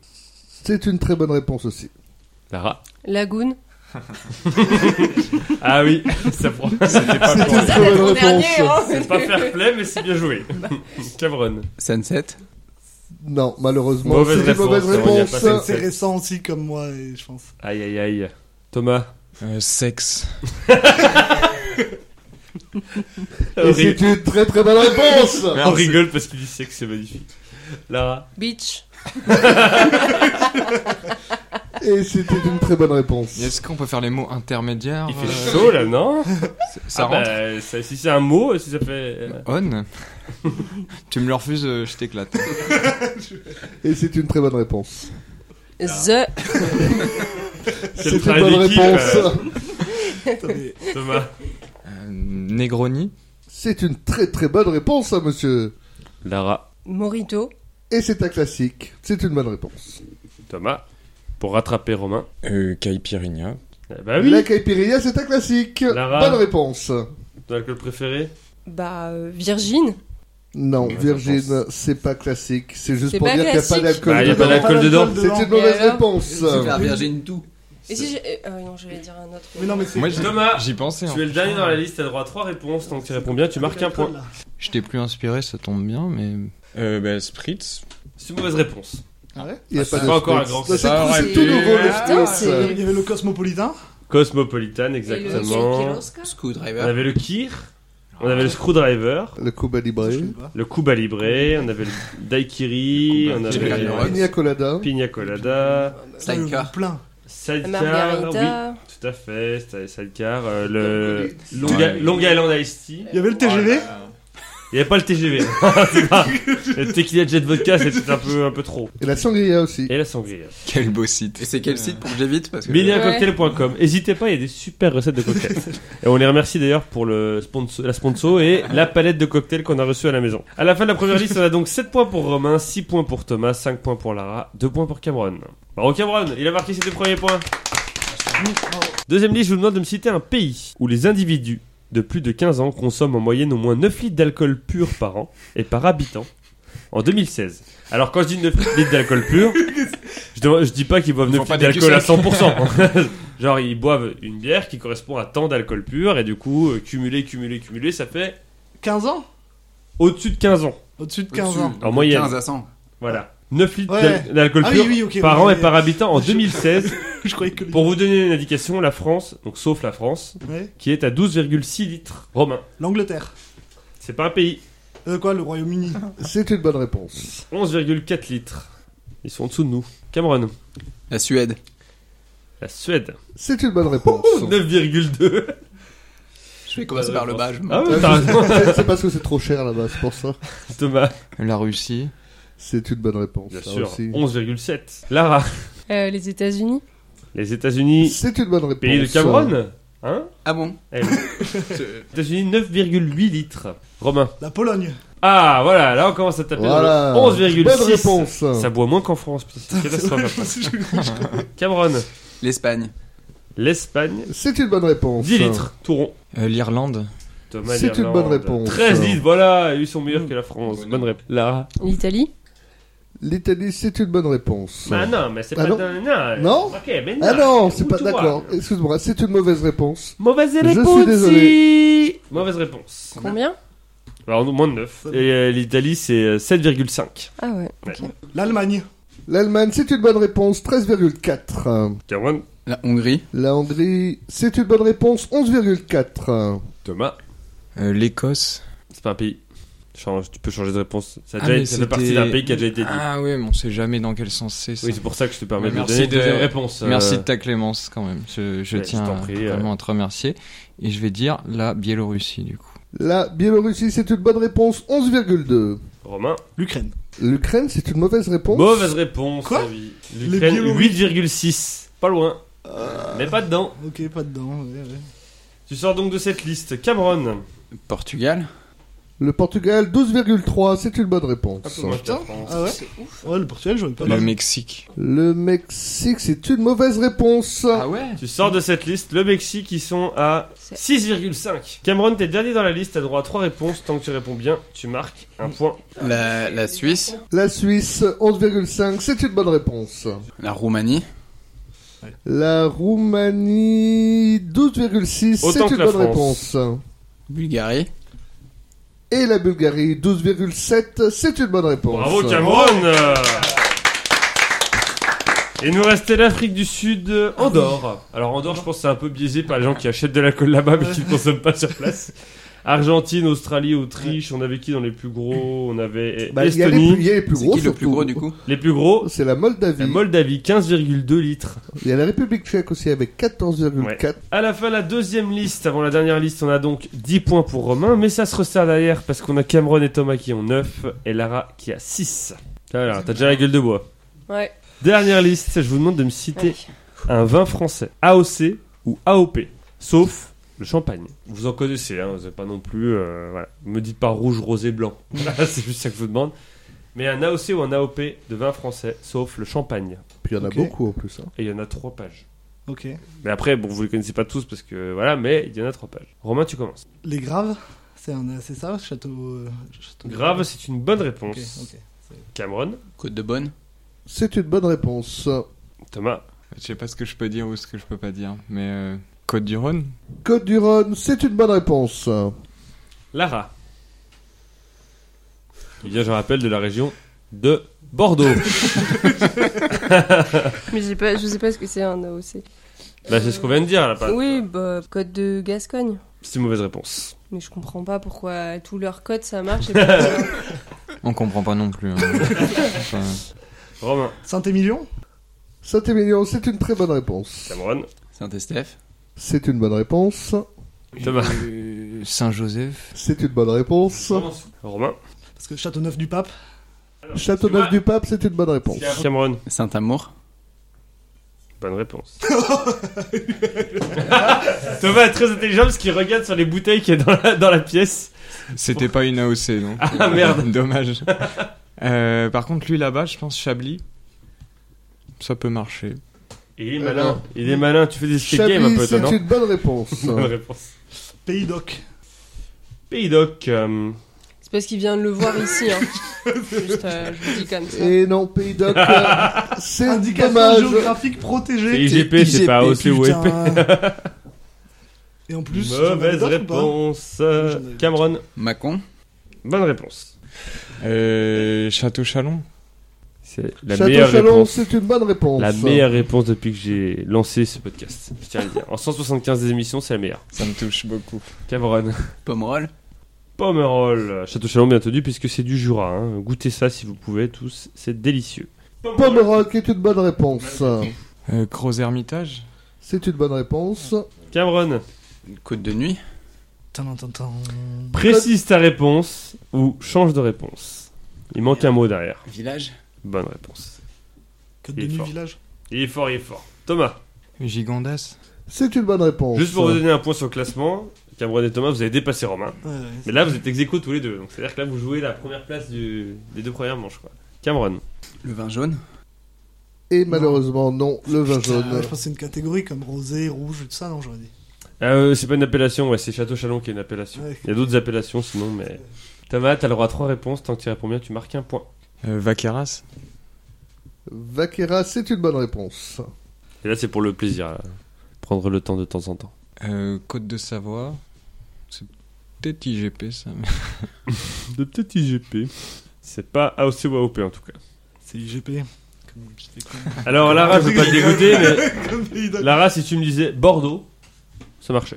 Speaker 4: C'est une très bonne réponse aussi.
Speaker 1: Lara.
Speaker 3: Lagoon.
Speaker 1: Ah oui, (laughs) ça prend.
Speaker 4: (laughs)
Speaker 1: C'était pas
Speaker 4: C'est une
Speaker 1: pour-
Speaker 4: très bonne
Speaker 3: Mon
Speaker 4: réponse.
Speaker 3: dernier, hein.
Speaker 1: C'est pas fair play, mais c'est bien joué. (laughs) Cameron.
Speaker 6: Sunset.
Speaker 4: Non, malheureusement,
Speaker 1: Mauvaise
Speaker 4: c'est une
Speaker 1: réponse,
Speaker 4: mauvaise
Speaker 1: on y a
Speaker 4: réponse.
Speaker 1: passé.
Speaker 2: c'est récent aussi comme moi, et
Speaker 1: (laughs)
Speaker 2: je pense.
Speaker 1: Aïe, aïe, aïe. Thomas.
Speaker 5: Euh, sexe.
Speaker 1: On
Speaker 4: Et c'est
Speaker 1: ri-
Speaker 4: une très très bonne réponse.
Speaker 1: on rigole parce qu'il dit sexe, c'est magnifique. Lara.
Speaker 3: Beach.
Speaker 4: Et c'était une très bonne réponse.
Speaker 5: Est-ce qu'on peut faire les mots intermédiaires
Speaker 1: Il
Speaker 5: euh,
Speaker 1: fait chaud là, non
Speaker 5: Ça
Speaker 1: Ah
Speaker 5: rentre
Speaker 1: bah, ça- Si c'est un mot, si ça fait. euh,
Speaker 5: On (laughs) Tu me le refuses, euh, je t'éclate.
Speaker 4: Et c'est une très bonne réponse.
Speaker 3: The.
Speaker 1: Quel
Speaker 4: C'est une
Speaker 1: travail
Speaker 4: bonne
Speaker 1: d'équipe,
Speaker 4: réponse.
Speaker 1: euh.
Speaker 2: Putain, mais-
Speaker 1: Thomas.
Speaker 5: Euh, Negroni.
Speaker 4: C'est une très très bonne réponse, hein, monsieur.
Speaker 1: Lara.
Speaker 3: Morito.
Speaker 4: Et c'est un classique. C'est une bonne réponse.
Speaker 1: Thomas. Pour rattraper Romain.
Speaker 7: Euh, Caipirinha.
Speaker 1: Eh bah oui.
Speaker 4: La caipirinha, c'est un classique.
Speaker 1: Lara.
Speaker 4: Bonne réponse.
Speaker 1: Ton alcool préféré
Speaker 3: Bah, euh, Virgin.
Speaker 4: Non,
Speaker 1: Mauvaise
Speaker 4: Virgin,
Speaker 1: réponse.
Speaker 4: c'est pas classique. C'est juste
Speaker 3: C'est
Speaker 4: pour
Speaker 3: pas
Speaker 4: dire qu'il n'y a pas
Speaker 3: classique.
Speaker 4: d'alcool
Speaker 1: Bah, il y a pas
Speaker 4: dedans.
Speaker 1: d'alcool dedans.
Speaker 4: C'est une
Speaker 3: Mais
Speaker 4: mauvaise
Speaker 3: alors
Speaker 4: réponse.
Speaker 6: Super Virgin tout.
Speaker 3: Et si j'ai. euh, non, je vais dire un autre.
Speaker 2: Mais non, mais c'est.
Speaker 5: Moi, j'ai-
Speaker 1: Thomas.
Speaker 5: j'y pensais. hein.
Speaker 1: Tu es le dernier dans la liste, t'as droit à 3 réponses, donc tu réponds bien, tu marques un point.
Speaker 2: Là.
Speaker 5: Je t'ai plus inspiré, ça tombe bien, mais.
Speaker 7: Euh, bah, Spritz.
Speaker 1: C'est une mauvaise réponse.
Speaker 2: Ah ouais
Speaker 4: Il n'y a
Speaker 1: c'est
Speaker 4: pas de
Speaker 1: pas encore un
Speaker 4: spritz.
Speaker 1: grand
Speaker 4: Ça, C'est tout- c'est
Speaker 7: classique. Ça aurait
Speaker 4: tout
Speaker 7: pu.
Speaker 4: nouveau le
Speaker 3: Putain,
Speaker 4: spritz.
Speaker 3: Ah, c'est-
Speaker 2: Il y avait le Cosmopolitain.
Speaker 1: Cosmopolitan,
Speaker 3: Et le
Speaker 1: exactement.
Speaker 3: Sulkilovska
Speaker 1: On
Speaker 6: Screwdriver.
Speaker 1: avait le Kir, on avait le Screwdriver,
Speaker 4: Le Cuba Libre.
Speaker 2: Je sais pas.
Speaker 1: le Cuba Libre, on avait le Daiquiri,
Speaker 5: Le
Speaker 1: on
Speaker 5: Cuba
Speaker 1: avait
Speaker 5: Libre.
Speaker 1: le
Speaker 4: Pina Colada.
Speaker 1: Pina Colada,
Speaker 2: Ça, il y en a
Speaker 6: Sidecar.
Speaker 2: Plein.
Speaker 1: Sidecar, oui,
Speaker 3: Margarita.
Speaker 1: tout à fait, c'était Sidecar, euh, le Long,
Speaker 5: Ouais.
Speaker 1: Long Island Iced Tea.
Speaker 2: Il y avait le TGV.
Speaker 1: Il n'y avait pas le TGV, hein. (laughs) c'est grave. Le Tequila Jet Vodka, c'est peut-être un peu, un peu trop.
Speaker 4: Et la sangria aussi.
Speaker 1: Et la sangria.
Speaker 5: Quel beau site.
Speaker 6: Et c'est quel site pour que j'évite parce que
Speaker 1: Miliencocktail.com. N'hésitez pas, il y a des super recettes de cocktails. et on les remercie d'ailleurs pour le sponsor, la sponsor et la palette de cocktails qu'on a reçue à la maison. À la fin de la première liste, on a donc 7 points pour Romain, 6 points pour Thomas, 5 points pour Lara, 2 points pour Cameron. Bravo Cameron, il a marqué ses deux premiers points. Deuxième liste, je vous demande de me citer un pays où les individus de plus de 15 ans consomment en moyenne au moins 9 litres d'alcool pur par an et par habitant en 2016. Alors quand je dis 9
Speaker 5: (laughs)
Speaker 1: litres d'alcool pur, je, demande- je dis pas qu'ils boivent 9
Speaker 5: font pas
Speaker 1: litres
Speaker 5: des
Speaker 1: d'alcool à
Speaker 5: cul-secs. (laughs)
Speaker 1: 100%. (laughs) Genre ils boivent une bière qui correspond à tant d'alcool pur et du coup euh, cumulé, cumulé, cumulé, ça fait
Speaker 2: 15 ans
Speaker 1: au-dessus de 15 ans.
Speaker 2: Au-dessus de 15 ans. (laughs)
Speaker 1: En moyenne.
Speaker 6: 15 à 100.
Speaker 1: Voilà. 9 litres
Speaker 2: Ouais.
Speaker 1: d'al- d'alcool
Speaker 2: Ah oui,
Speaker 1: pur
Speaker 2: oui, ok,
Speaker 1: par
Speaker 2: oui,
Speaker 1: an
Speaker 2: oui.
Speaker 1: et par habitant
Speaker 2: (laughs)
Speaker 1: en 2016.
Speaker 2: Je croyais que. les-
Speaker 1: Pour vous donner une indication, la France, donc sauf la France,
Speaker 2: Ouais.
Speaker 1: qui est à 12,6 litres romain.
Speaker 2: L'Angleterre.
Speaker 1: C'est pas un pays.
Speaker 2: Euh, quoi, le
Speaker 4: (laughs)
Speaker 2: Royaume-Uni
Speaker 4: C'est une bonne réponse.
Speaker 1: 11,4 litres. Ils sont en dessous de nous. Cameron.
Speaker 6: La Suède.
Speaker 1: La Suède.
Speaker 4: C'est une bonne réponse.
Speaker 1: Oh, 9,2.
Speaker 6: Je vais commencer par le bas. je m'en-
Speaker 1: Ah ouais,
Speaker 4: Ouais,
Speaker 1: t'as raison.
Speaker 4: c'est- C'est parce que c'est trop cher là-bas, c'est pour ça.
Speaker 1: (laughs) Thomas.
Speaker 5: euh, La Russie.
Speaker 4: C'est une bonne réponse.
Speaker 1: Bien
Speaker 4: ça
Speaker 1: sûr.
Speaker 4: aussi.
Speaker 1: 11,7. Lara.
Speaker 3: Euh, les États-Unis.
Speaker 1: Les États-Unis.
Speaker 4: C'est une bonne réponse.
Speaker 1: Pays de Cameron. Hein
Speaker 6: Ah bon
Speaker 1: Eh oui. États-Unis, 9,8 litres. Romain.
Speaker 2: La Pologne.
Speaker 1: Ah, voilà, là on commence à taper. dans le-
Speaker 4: Voilà.
Speaker 1: 11,6.
Speaker 4: Bonne réponse.
Speaker 1: Ça boit moins qu'en France. putain, C'est une (laughs) catastrophe. Cameron.
Speaker 6: L'Espagne.
Speaker 1: L'Espagne.
Speaker 4: C'est une bonne réponse.
Speaker 1: 10 litres. Tout rond.
Speaker 5: Euh, L'Irlande.
Speaker 1: Thomas
Speaker 4: C'est une
Speaker 1: l'Irlande.
Speaker 4: bonne réponse. Mm.
Speaker 1: 13 litres, voilà, ils sont meilleurs que la France. Bonne réponse. Lara.
Speaker 3: L'Italie
Speaker 4: L'Italie, c'est une bonne réponse.
Speaker 1: Ah non, mais c'est
Speaker 4: Ah
Speaker 1: pas.
Speaker 4: non.
Speaker 1: d'un- Non.
Speaker 4: Non
Speaker 1: Ok, mais non.
Speaker 4: Ah non, c'est
Speaker 1: Où
Speaker 4: pas
Speaker 1: tu vois
Speaker 4: d'accord. Excuse-moi, c'est une mauvaise réponse.
Speaker 1: Mauvaise
Speaker 4: Je suis
Speaker 1: réponse.
Speaker 4: désolé.
Speaker 1: Mauvaise réponse.
Speaker 3: Combien
Speaker 1: Alors, moins de 9. Et euh, l'Italie, c'est euh, 7,5.
Speaker 3: Ah ouais.
Speaker 2: L'Allemagne.
Speaker 4: L'Allemagne, c'est une bonne réponse, 13,4.
Speaker 1: Cameron,
Speaker 6: La Hongrie.
Speaker 4: La Hongrie, c'est une bonne réponse, 11,4.
Speaker 1: Thomas,
Speaker 5: Euh, L'Écosse.
Speaker 1: c'est pas un pays. Change, tu peux changer de réponse. Ça, a
Speaker 5: Ah,
Speaker 1: déjà-
Speaker 5: mais
Speaker 1: ça fait
Speaker 5: c'était-
Speaker 1: partie d'un pays qui a déjà été dit.
Speaker 5: Ah oui, mais on sait jamais dans quel sens c'est ça.
Speaker 1: oui, c'est pour ça que je te permets
Speaker 5: Mais
Speaker 1: de
Speaker 5: merci
Speaker 1: donner une
Speaker 5: de-
Speaker 1: deuxième réponse. euh,
Speaker 5: Merci de ta clémence quand même. Je, je
Speaker 1: Ouais, je
Speaker 5: tiens
Speaker 1: t'en
Speaker 5: à-
Speaker 1: prie, euh.
Speaker 5: vraiment à te remercier. Et je vais dire la Biélorussie du coup.
Speaker 4: La Biélorussie, c'est une bonne réponse, 11,2.
Speaker 1: Romain.
Speaker 2: L'Ukraine.
Speaker 4: L'Ukraine, c'est une mauvaise réponse.
Speaker 1: Mauvaise réponse.
Speaker 2: Quoi
Speaker 1: David. L'Ukraine,
Speaker 2: Biélorusses.
Speaker 1: 8,6. Pas loin.
Speaker 4: Euh.
Speaker 1: Mais pas dedans.
Speaker 2: Ok, pas dedans. ouais, ouais.
Speaker 1: Tu sors donc de cette liste. Cameron.
Speaker 6: Portugal.
Speaker 4: Le Portugal, 12,3, c'est une bonne
Speaker 1: Un
Speaker 4: réponse.
Speaker 1: peu moins que la
Speaker 2: Putain.
Speaker 1: France.
Speaker 2: Ah ouais
Speaker 3: C'est ouf.
Speaker 2: Ouais, le Portugal, j'aurais pas
Speaker 5: le
Speaker 2: mal.
Speaker 5: Mexique.
Speaker 4: Le Mexique, c'est une mauvaise réponse.
Speaker 1: Ah.
Speaker 6: Ah ouais
Speaker 1: Tu sors de cette liste. Le Mexique, ils sont à
Speaker 3: C'est-
Speaker 1: 6,5. Cameron, t'es dernier dans la liste. T'as droit à 3 réponses. Tant que tu réponds bien, tu marques un point.
Speaker 6: la, la Suisse.
Speaker 4: La Suisse, 11,5, c'est une bonne réponse.
Speaker 6: La Roumanie.
Speaker 4: La Roumanie, 12,6, c'est
Speaker 1: Autant
Speaker 4: une
Speaker 1: que la
Speaker 4: bonne
Speaker 1: France.
Speaker 4: réponse.
Speaker 6: Bulgarie.
Speaker 4: Et la Bulgarie, 12,7, c'est une bonne réponse.
Speaker 1: Bravo, Cameron Et nous restait l'Afrique du Sud, euh, Andorre. Alors Andorre, je pense que c'est un peu biaisé par les gens qui achètent de la colle là-bas mais qui ne consomment pas sur place. Argentine, Australie, Autriche, on avait qui dans les plus gros On avait
Speaker 4: Bah, il y a les plus, il
Speaker 1: Estonie,
Speaker 4: y a les plus
Speaker 6: C'est
Speaker 4: gros.
Speaker 6: qui le plus
Speaker 4: surtout.
Speaker 6: gros du coup
Speaker 1: les plus gros.
Speaker 4: C'est la Moldavie.
Speaker 1: La Moldavie, 15,2 litres.
Speaker 4: Il y a la République tchèque aussi avec 14,4.
Speaker 1: À la fin, la deuxième liste, avant la dernière liste, on a donc 10 points pour Romain, mais ça se resserre derrière parce qu'on a Cameron et Thomas qui ont 9 et Lara qui a 6. Voilà, t'as déjà la gueule de bois.
Speaker 3: Ouais.
Speaker 1: Dernière liste, je vous demande de me citer
Speaker 3: ouais.
Speaker 1: un vin français, AOC ou AOP, sauf le champagne. Vous en connaissez, hein, vous n'avez pas non plus. euh, voilà. Me dites pas rouge, rosé, blanc. (laughs) Voilà, c'est juste ça que je vous demande. Mais un AOC ou un AOP de vin français, sauf le champagne.
Speaker 4: Puis il y en a
Speaker 2: Ok.
Speaker 4: beaucoup en plus. hein.
Speaker 1: Et il y en a trois pages.
Speaker 2: Ok.
Speaker 1: Mais après, bon, vous les connaissez pas tous parce que voilà, mais il y en a trois pages. Romain, tu commences.
Speaker 2: Les Graves, c'est un, c'est ça, château, euh, château.
Speaker 1: Grave, c'est une bonne
Speaker 2: Ok,
Speaker 1: réponse.
Speaker 2: ok.
Speaker 1: Cameron,
Speaker 6: Côte de Bonne.
Speaker 4: C'est une bonne réponse.
Speaker 1: Thomas,
Speaker 5: Je sais pas ce que je peux dire ou ce que je peux pas dire, mais euh, Côte du Rhône.
Speaker 4: Côte du Rhône, c'est une bonne réponse.
Speaker 1: Lara. Il vient, je rappelle, de la région de Bordeaux.
Speaker 3: Mais j'ai pas, je sais pas ce que c'est un AOC.
Speaker 1: bah, c'est ce qu'on vient de dire là. pas-
Speaker 3: Oui, bah, code de Gascogne.
Speaker 1: C'est une mauvaise réponse.
Speaker 3: Mais je comprends pas pourquoi tous leurs codes ça marche. et pas-
Speaker 5: On comprend pas non plus. hein. (laughs) Enfin,
Speaker 1: Romain,
Speaker 2: Saint-Émilion
Speaker 4: Saint-Émilion, c'est une très bonne réponse.
Speaker 1: Cameron,
Speaker 6: Saint-Estèphe.
Speaker 4: C'est une bonne réponse.
Speaker 1: Thomas,
Speaker 5: euh, Saint-Joseph.
Speaker 4: C'est une bonne réponse.
Speaker 1: Romain,
Speaker 2: Parce que Châteauneuf du Pape,
Speaker 4: Châteauneuf du Pape, c'est une bonne réponse.
Speaker 1: Cameron.
Speaker 6: Saint-Amour.
Speaker 1: Bonne réponse. Thomas est très intelligent parce qu'il regarde sur les bouteilles qui est dans la, dans la pièce.
Speaker 5: C'était pas une AOC donc.
Speaker 1: Ah, merde.
Speaker 5: (laughs) Dommage. Euh, par contre lui là-bas, je pense Chablis. Ça peut marcher.
Speaker 1: Et il est
Speaker 4: malin.
Speaker 1: malin. Il est malin, tu fais des escape games un
Speaker 4: Chablis,
Speaker 1: peu, toi,
Speaker 4: c'est
Speaker 1: non
Speaker 4: une bonne
Speaker 1: (laughs)
Speaker 4: réponse.
Speaker 1: Bonne réponse.
Speaker 2: Pays d'Oc.
Speaker 1: Pays d'Oc, euh,
Speaker 3: c'est parce qu'ils viennent le voir ici.
Speaker 4: (laughs)
Speaker 3: Hein. Juste, euh, je vous dis comme ça.
Speaker 4: Et non,
Speaker 1: (laughs)
Speaker 4: Pays d'Oc, euh, c'est
Speaker 2: Indication
Speaker 4: dommage.
Speaker 2: géographique
Speaker 1: c'est
Speaker 2: protégée.
Speaker 1: IGP, c'est pas OC ou
Speaker 2: Putain.
Speaker 1: EP.
Speaker 2: Et en plus, j'en avais
Speaker 1: E Mauvaise
Speaker 2: d'autres ou pas
Speaker 1: réponse.
Speaker 2: J'en avais-
Speaker 1: Cameron,
Speaker 6: Mâcon.
Speaker 1: bonne réponse.
Speaker 5: Euh, Château Chalon.
Speaker 1: C'est la
Speaker 4: Château
Speaker 1: meilleure
Speaker 4: Chalon,
Speaker 1: réponse.
Speaker 4: c'est une bonne réponse.
Speaker 1: La meilleure réponse depuis que j'ai lancé ce podcast. Je tiens à le dire. En 175 des émissions, c'est la meilleure.
Speaker 5: Ça me touche beaucoup.
Speaker 1: Cameron.
Speaker 6: Pomerol.
Speaker 1: Pomerol, Château Chalon bien entendu, puisque c'est du Jura. hein. Goûtez ça si vous pouvez tous, c'est délicieux.
Speaker 4: Pomerol, qui est une bonne réponse.
Speaker 5: Euh, Gros Hermitage.
Speaker 4: C'est une bonne réponse.
Speaker 1: Cameron,
Speaker 6: Côte de Nuit.
Speaker 2: Tan, tan, tan.
Speaker 1: précise ta réponse ou change de réponse. Il manque un mot derrière.
Speaker 6: Village.
Speaker 1: Bonne réponse.
Speaker 2: Côte
Speaker 1: Il
Speaker 2: de
Speaker 1: est
Speaker 2: nuit,
Speaker 1: fort.
Speaker 2: village.
Speaker 1: Il est fort, il est fort. Thomas,
Speaker 5: Gigondas.
Speaker 4: C'est une bonne réponse.
Speaker 1: juste pour vous donner un point sur le classement, Cameron et Thomas, vous avez dépassé Romain.
Speaker 2: Ouais, ouais.
Speaker 1: Mais là, vous êtes ex aequo tous les deux. Donc c'est-à-dire que là, vous jouez la première place du- des deux premières manches. Quoi. Cameron,
Speaker 6: Le vin jaune.
Speaker 4: Et malheureusement, non, le vin
Speaker 2: Putain,
Speaker 4: jaune.
Speaker 2: Ah, Je pense que c'est une catégorie comme rosé, rouge, tout ça, non, j'aurais dit.
Speaker 1: Euh, c'est pas une appellation, ouais, c'est Château Chalon qui est une appellation.
Speaker 2: Ouais.
Speaker 1: Il y a d'autres appellations sinon, mais. Thomas, t'as le droit à trois réponses. Tant que tu réponds bien, tu marques un point.
Speaker 7: Euh, Vaqueras
Speaker 4: Vaquera, c'est une bonne réponse.
Speaker 1: Et là, c'est pour le plaisir, là. prendre le temps de temps en temps.
Speaker 5: Euh, Côte de Savoie. C'est peut-être IGP ça. mais-
Speaker 1: De petit IGP. C'est pas AOC ou AOP en tout cas.
Speaker 2: C'est IGP. Comme je fais comme-
Speaker 1: Alors, Lara, je veux pas te dégoûter, mais
Speaker 2: (laughs) comme pays de-
Speaker 1: Lara, si tu me disais Bordeaux, ça marchait.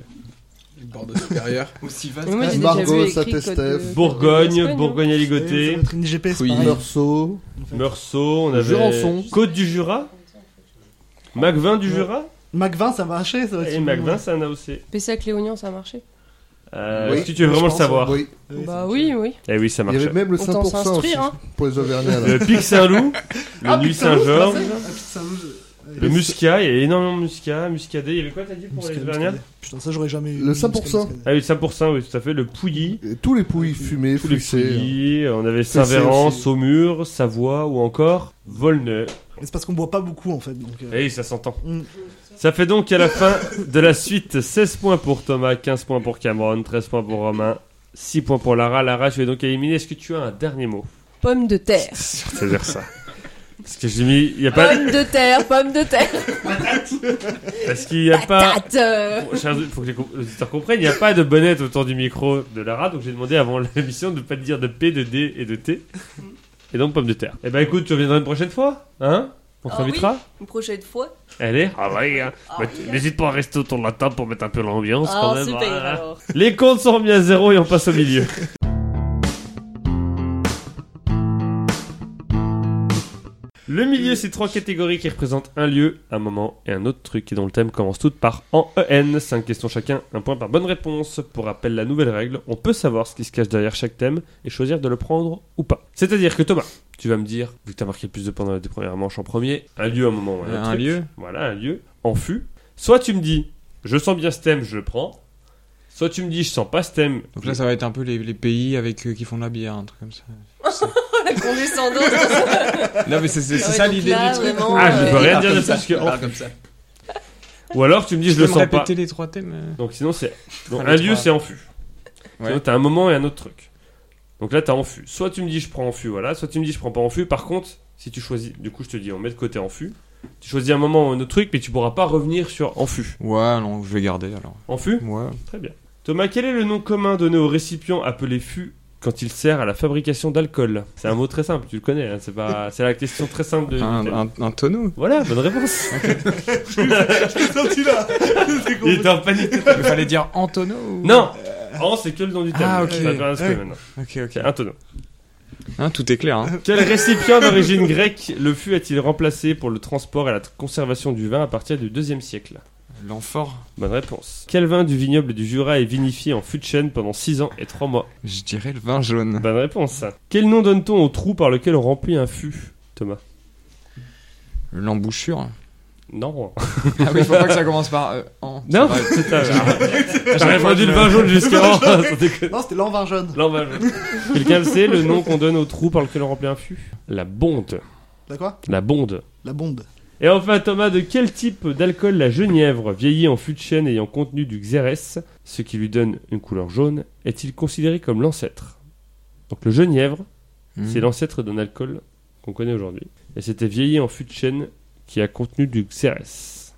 Speaker 6: Bordeaux supérieur. Aussi vaste.
Speaker 3: Mais moi, j'ai
Speaker 4: Margot,
Speaker 3: déjà vu
Speaker 4: ça
Speaker 3: écrit
Speaker 4: teste
Speaker 3: Côte de-
Speaker 4: F.
Speaker 1: Bourgogne,
Speaker 3: Espagne, hein.
Speaker 2: Ouais, Ça
Speaker 1: Bourgogne-Aligoté,
Speaker 2: doit être une IGP, c'est
Speaker 6: Oui.
Speaker 2: pareil.
Speaker 4: Meursault,
Speaker 1: Meursault, on avait.
Speaker 4: Jurançon.
Speaker 1: Côte du Jura Macvin du
Speaker 2: Ouais.
Speaker 1: Jura
Speaker 2: Mac 20, ça va hacher, ça va être
Speaker 1: Et
Speaker 2: une-
Speaker 1: Macvin, c'est un AOC.
Speaker 3: hein. Pessac Léognan, ça a marché
Speaker 1: Euh,
Speaker 4: Oui,
Speaker 1: si tu veux vraiment
Speaker 2: je
Speaker 1: le
Speaker 2: pense,
Speaker 1: savoir.
Speaker 4: oui.
Speaker 2: Ouais, ça
Speaker 3: Bah
Speaker 2: marche.
Speaker 3: oui, oui.
Speaker 1: Eh oui, ça
Speaker 4: Il y avait
Speaker 1: marchait.
Speaker 4: même le
Speaker 3: Autant
Speaker 4: 5% aussi
Speaker 3: s'instruire, hein.
Speaker 4: pour
Speaker 1: (laughs)
Speaker 4: les Auvergnats. là.
Speaker 1: Le Pic Saint-Loup, le
Speaker 2: Ah,
Speaker 1: Nuit
Speaker 2: putain, Loup,
Speaker 1: Saint-Georges,
Speaker 2: c'est pas ça Ah, putain, Loup, je- Ouais.
Speaker 1: le Muscat, il y a énormément de Muscat, Muscadet. Il y avait quoi, t'as dit pour
Speaker 2: Muscat,
Speaker 1: les
Speaker 2: Muscat.
Speaker 1: dernières
Speaker 2: Putain, ça j'aurais jamais eu.
Speaker 4: Le 5%.
Speaker 2: Muscat, Muscat.
Speaker 1: Ah oui, 100%, oui, tout à fait. Le Pouilly.
Speaker 4: Et Tous les pouilles hein. fumés,
Speaker 1: Tous les
Speaker 4: fruissés.
Speaker 1: pays, on avait
Speaker 4: Fessé
Speaker 1: Saint-Véran,
Speaker 4: aussi.
Speaker 1: Saumur, Savoie ou encore Volney.
Speaker 2: Mais C'est parce qu'on boit pas beaucoup en fait. donc,
Speaker 1: (laughs)
Speaker 2: euh,
Speaker 1: Eh, ça s'entend.
Speaker 2: Mm.
Speaker 1: Ça fait donc à la fin de la suite 16 points pour Thomas, 15 points pour Cameron, 13 points pour Romain, 6 points pour Lara. Lara, tu es donc éliminée. Est-ce que tu as un dernier mot
Speaker 3: Pomme de terre.
Speaker 1: C'est-à-dire ça. Parce que j'ai mis. Il n'y a (laughs) pas.
Speaker 3: Pomme de terre, pomme de terre.
Speaker 1: Parce qu'il n'y a pas.
Speaker 3: Patate. euh.
Speaker 1: Bon, chers- faut que les com- les auditeurs comprennent, il n'y a pas de bonnette autour du micro de Lara, donc j'ai demandé avant (laughs) l'émission de ne pas te dire de P, de D et de T. Et donc pomme de terre. Eh ben écoute, tu reviendras une prochaine fois, hein On
Speaker 3: Ah
Speaker 1: t'invitera
Speaker 3: Une prochaine fois.
Speaker 1: Allez, ah ouais, hein. Bah, tu- n'hésite pas à rester autour de la table pour mettre un peu l'ambiance quand
Speaker 3: Ah,
Speaker 1: même.
Speaker 3: super
Speaker 1: hein.
Speaker 3: alors. (laughs)
Speaker 1: Les comptes sont remis à zéro et on passe au milieu. Le milieu, c'est trois catégories qui représentent un lieu, un moment et un autre truc, et dont le thème commence toutes par en EN. Cinq questions chacun, un point par bonne réponse. Pour rappel, la nouvelle règle, on peut savoir ce qui se cache derrière chaque thème et choisir de le prendre ou pas. C'est-à-dire que Thomas, tu vas me dire, vu que t'as marqué le plus de points dans les deux premières manches en premier, un lieu, un moment, et un,
Speaker 5: Un
Speaker 1: truc.
Speaker 5: lieu
Speaker 1: Voilà, un lieu, en fût. Soit tu me dis, je sens bien ce thème, je le prends. Soit tu me dis, je sens pas ce thème.
Speaker 5: Donc là ça va être un peu les, les pays avec euh, qui font de la bière, un truc comme ça.
Speaker 3: La condescendance.
Speaker 5: Non mais c'est c'est- c'est
Speaker 3: Ouais,
Speaker 5: ça
Speaker 3: donc
Speaker 5: l'idée
Speaker 3: là,
Speaker 5: du truc.
Speaker 3: vraiment, euh,
Speaker 1: Ah, je peux
Speaker 3: ouais.
Speaker 1: rien dire de
Speaker 6: comme ça.
Speaker 1: plus que.
Speaker 6: Parle comme ça.
Speaker 1: Ou alors tu me dis,
Speaker 5: Tu
Speaker 1: je le
Speaker 5: peux me
Speaker 1: sens pas.
Speaker 5: répéter les trois thèmes. euh
Speaker 1: Donc sinon,
Speaker 5: (laughs)
Speaker 1: c'est. Donc,
Speaker 5: Enfin,
Speaker 1: un
Speaker 5: les
Speaker 1: lieu,
Speaker 5: trois.
Speaker 1: c'est en fût.
Speaker 5: Ouais.
Speaker 1: Sinon, t'as un moment et un autre truc. Donc là, t'as en fût. Soit tu me dis, je prends en fût, voilà. Soit tu me dis, je prends pas en fût. Par contre, si tu choisis. Du coup, je te dis, on met de côté en fût. Tu choisis un moment ou un autre truc, mais tu pourras pas revenir sur en fût.
Speaker 5: Ouais, non, je vais garder alors.
Speaker 1: En fût
Speaker 5: Ouais.
Speaker 1: Très bien. Thomas, quel est le nom commun donné au récipient appelé fût quand il sert à la fabrication d'alcool C'est un mot très simple, tu le connais, hein, c'est pas... c'est la question très simple de...
Speaker 5: Un, un, un tonneau
Speaker 1: Voilà, bonne réponse.
Speaker 2: C'est (laughs) sorti là C'est
Speaker 1: il était en panique.
Speaker 5: (laughs) Il fallait dire en tonneau ou-
Speaker 1: Non En, c'est que le nom du terme.
Speaker 5: Ah, ok.
Speaker 1: Ça fait un squelette
Speaker 5: Ouais.
Speaker 1: maintenant.
Speaker 5: Ok, ok.
Speaker 1: C'est un (laughs) tonneau.
Speaker 5: Hein, tout est clair. Hein.
Speaker 1: Quel récipient d'origine grecque le fût a-t-il remplacé pour le transport et la tr- conservation du vin à partir du 2 siècle
Speaker 5: L'amphore.
Speaker 1: Bonne réponse. Quel vin du vignoble du Jura est vinifié en fût de chêne pendant 6 ans et 3 mois
Speaker 5: Je dirais le vin jaune.
Speaker 1: Bonne réponse. Quel nom donne-t-on au trou par lequel on remplit un fût Thomas.
Speaker 5: L'embouchure.
Speaker 1: (laughs) Non.
Speaker 5: Ah oui, faut pas que ça commence par euh, en.
Speaker 1: Non,
Speaker 5: Ça va.
Speaker 1: c'est un. J'ai
Speaker 5: J'aurais
Speaker 1: répondu le vin jaune jusqu'avant. (laughs) sans déconner.
Speaker 2: Non, c'était l'envin jaune.
Speaker 1: Non, vin jaune. Quelqu'un le sait, le nom qu'on donne au trou par lequel on remplit un fût La bonde.
Speaker 2: La quoi
Speaker 1: La bonde.
Speaker 2: La bombe.
Speaker 1: Et enfin, Thomas, de quel type d'alcool la genièvre, vieillie en fût de chêne ayant contenu du xérès, ce qui lui donne une couleur jaune, est-il considéré comme l'ancêtre Donc le genièvre,
Speaker 5: Hmm.
Speaker 1: c'est l'ancêtre d'un alcool qu'on connaît aujourd'hui. Et c'était vieilli en fût de chêne qui a contenu du xérès.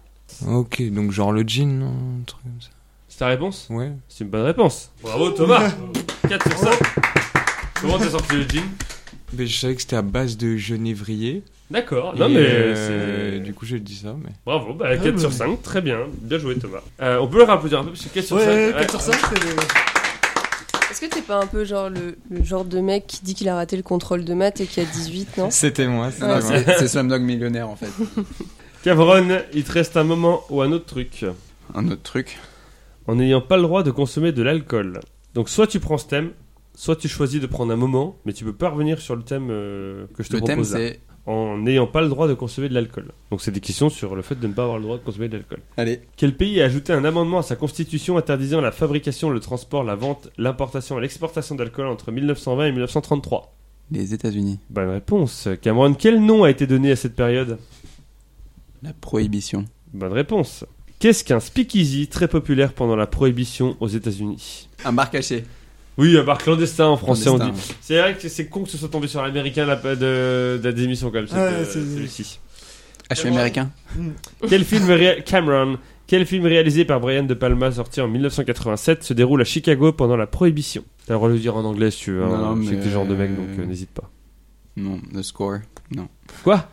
Speaker 5: Ok, donc genre le gin, non, un truc comme ça.
Speaker 1: C'est ta réponse
Speaker 5: Ouais.
Speaker 1: C'est une bonne réponse. Bravo (laughs) Thomas 4 sur 5. Comment t'as sorti le jean
Speaker 5: Mais je savais que c'était à base de genévrier.
Speaker 1: D'accord. Non
Speaker 5: Et,
Speaker 1: mais
Speaker 5: euh, ah,
Speaker 1: c'est-
Speaker 5: Du coup, j'ai dit ça, mais.
Speaker 1: Bravo, bah, 4
Speaker 2: mais-
Speaker 1: sur 5, très bien. Bien joué Thomas. Euh, on peut le rappeler un peu parce que 4 sur 5.
Speaker 2: Ouais, 4 sur 5, c'est.
Speaker 3: Est-ce que t'es pas un peu genre le, le genre de mec qui dit qu'il a raté le contrôle de maths et qui a 18, non
Speaker 5: C'était moi, c'était
Speaker 3: Ouais,
Speaker 5: moi.
Speaker 6: C'est c'est Slumdog millionnaire en fait.
Speaker 1: Cameron, il te reste un moment ou un autre truc.
Speaker 6: Un autre truc.
Speaker 1: En n'ayant pas le droit de consommer de l'alcool. Donc soit tu prends ce thème, soit tu choisis de prendre un moment, mais tu peux pas revenir sur le thème euh, que je te
Speaker 6: Le thème
Speaker 1: propose là.
Speaker 6: c'est.
Speaker 1: En n'ayant pas le droit de consommer de l'alcool. Donc c'est des questions sur le fait de ne pas avoir le droit de consommer de l'alcool.
Speaker 6: Allez.
Speaker 1: Quel pays a ajouté un amendement à sa constitution interdisant la fabrication, le transport, la vente, l'importation et l'exportation d'alcool entre 1920 et 1933
Speaker 6: Les États-Unis.
Speaker 1: Bonne réponse. Cameron, quel nom a été donné à cette période
Speaker 6: La prohibition.
Speaker 1: Bonne réponse. Qu'est-ce qu'un speakeasy très populaire pendant la prohibition aux États-Unis
Speaker 6: Un bar caché.
Speaker 1: Oui, un bar clandestin en français, on dit.
Speaker 6: Clandestin.
Speaker 1: C'est vrai que c'est con que ce soit tombé sur l'américain la, de, de la démission, quand même, cette,
Speaker 2: Ouais,
Speaker 1: euh,
Speaker 2: c'est-
Speaker 1: celui-ci.
Speaker 6: Ah, je suis américain.
Speaker 1: Quel film réa- Cameron Quel film réalisé par Brian De Palma sorti en 1987 se déroule à Chicago pendant la Prohibition T'as le droit de le dire en anglais si tu veux. hein.
Speaker 6: Non, non,
Speaker 1: Je sais que
Speaker 6: mais-
Speaker 1: t'es le genre de mec donc euh, n'hésite pas.
Speaker 6: Non, The Score. Non.
Speaker 1: Quoi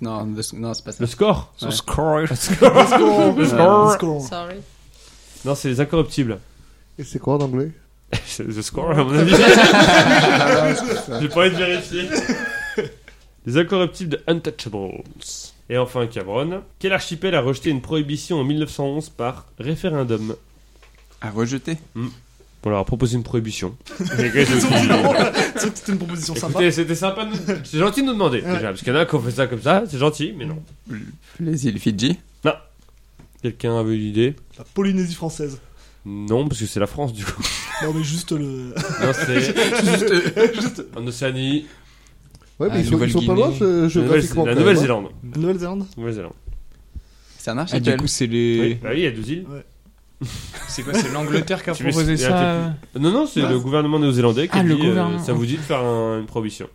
Speaker 6: Non, the... non c'est pas ça.
Speaker 1: Le score
Speaker 6: Ouais.
Speaker 1: Le (laughs) score
Speaker 2: Let's go.
Speaker 1: Le score.
Speaker 2: Let's
Speaker 1: (laughs)
Speaker 2: go.
Speaker 3: Sorry.
Speaker 1: Non, c'est les incorruptibles.
Speaker 4: Et c'est quoi en anglais
Speaker 1: C'est The score à mon avis. J'ai pas envie de vérifier. Les incorruptibles de Untouchables. Et enfin Cameron. Quel archipel a rejeté une prohibition en 1911 par référendum Hmm.
Speaker 6: À rejeter.
Speaker 1: On leur a proposé une prohibition. Les gars, ils ont dit-
Speaker 2: C'est vrai que C'était une proposition sympa.
Speaker 1: Écoutez, c'était sympa. de nous- C'est gentil de nous demander
Speaker 2: Ouais.
Speaker 1: déjà, parce qu'il y en a qui ont fait ça comme ça, c'est gentil, mais non.
Speaker 6: Les îles Fidji.
Speaker 1: Quelqu'un avait une idée
Speaker 2: La Polynésie française.
Speaker 1: Non, parce que c'est la France du coup.
Speaker 2: Non, mais juste le. (laughs)
Speaker 1: Non, c'est
Speaker 6: Juste-
Speaker 1: en Océanie,
Speaker 4: Ouais, mais
Speaker 6: Ah,
Speaker 4: ils sont, ils sont pas loin
Speaker 6: Nouvelle-Guinée.
Speaker 4: ce-
Speaker 1: la Nouvelle-
Speaker 4: géographiquement.
Speaker 1: la
Speaker 4: quand même, hein.
Speaker 1: Nouvelle-Zélande.
Speaker 2: Nouvelle-Zélande
Speaker 1: Nouvelle-Zélande.
Speaker 6: C'est un
Speaker 5: Ah, du
Speaker 6: archipel.
Speaker 5: coup, c'est
Speaker 1: Oui,
Speaker 5: les.
Speaker 1: bah oui, il y a deux îles.
Speaker 5: (laughs) C'est quoi C'est l'Angleterre qui a
Speaker 1: Tu veux- proposé c'est- ça, Non, non, c'est le gouvernement néo-zélandais qui
Speaker 5: Ah,
Speaker 1: a dit
Speaker 5: le
Speaker 1: euh,
Speaker 5: gouvernement.
Speaker 1: ça vous dit de faire un- une prohibition.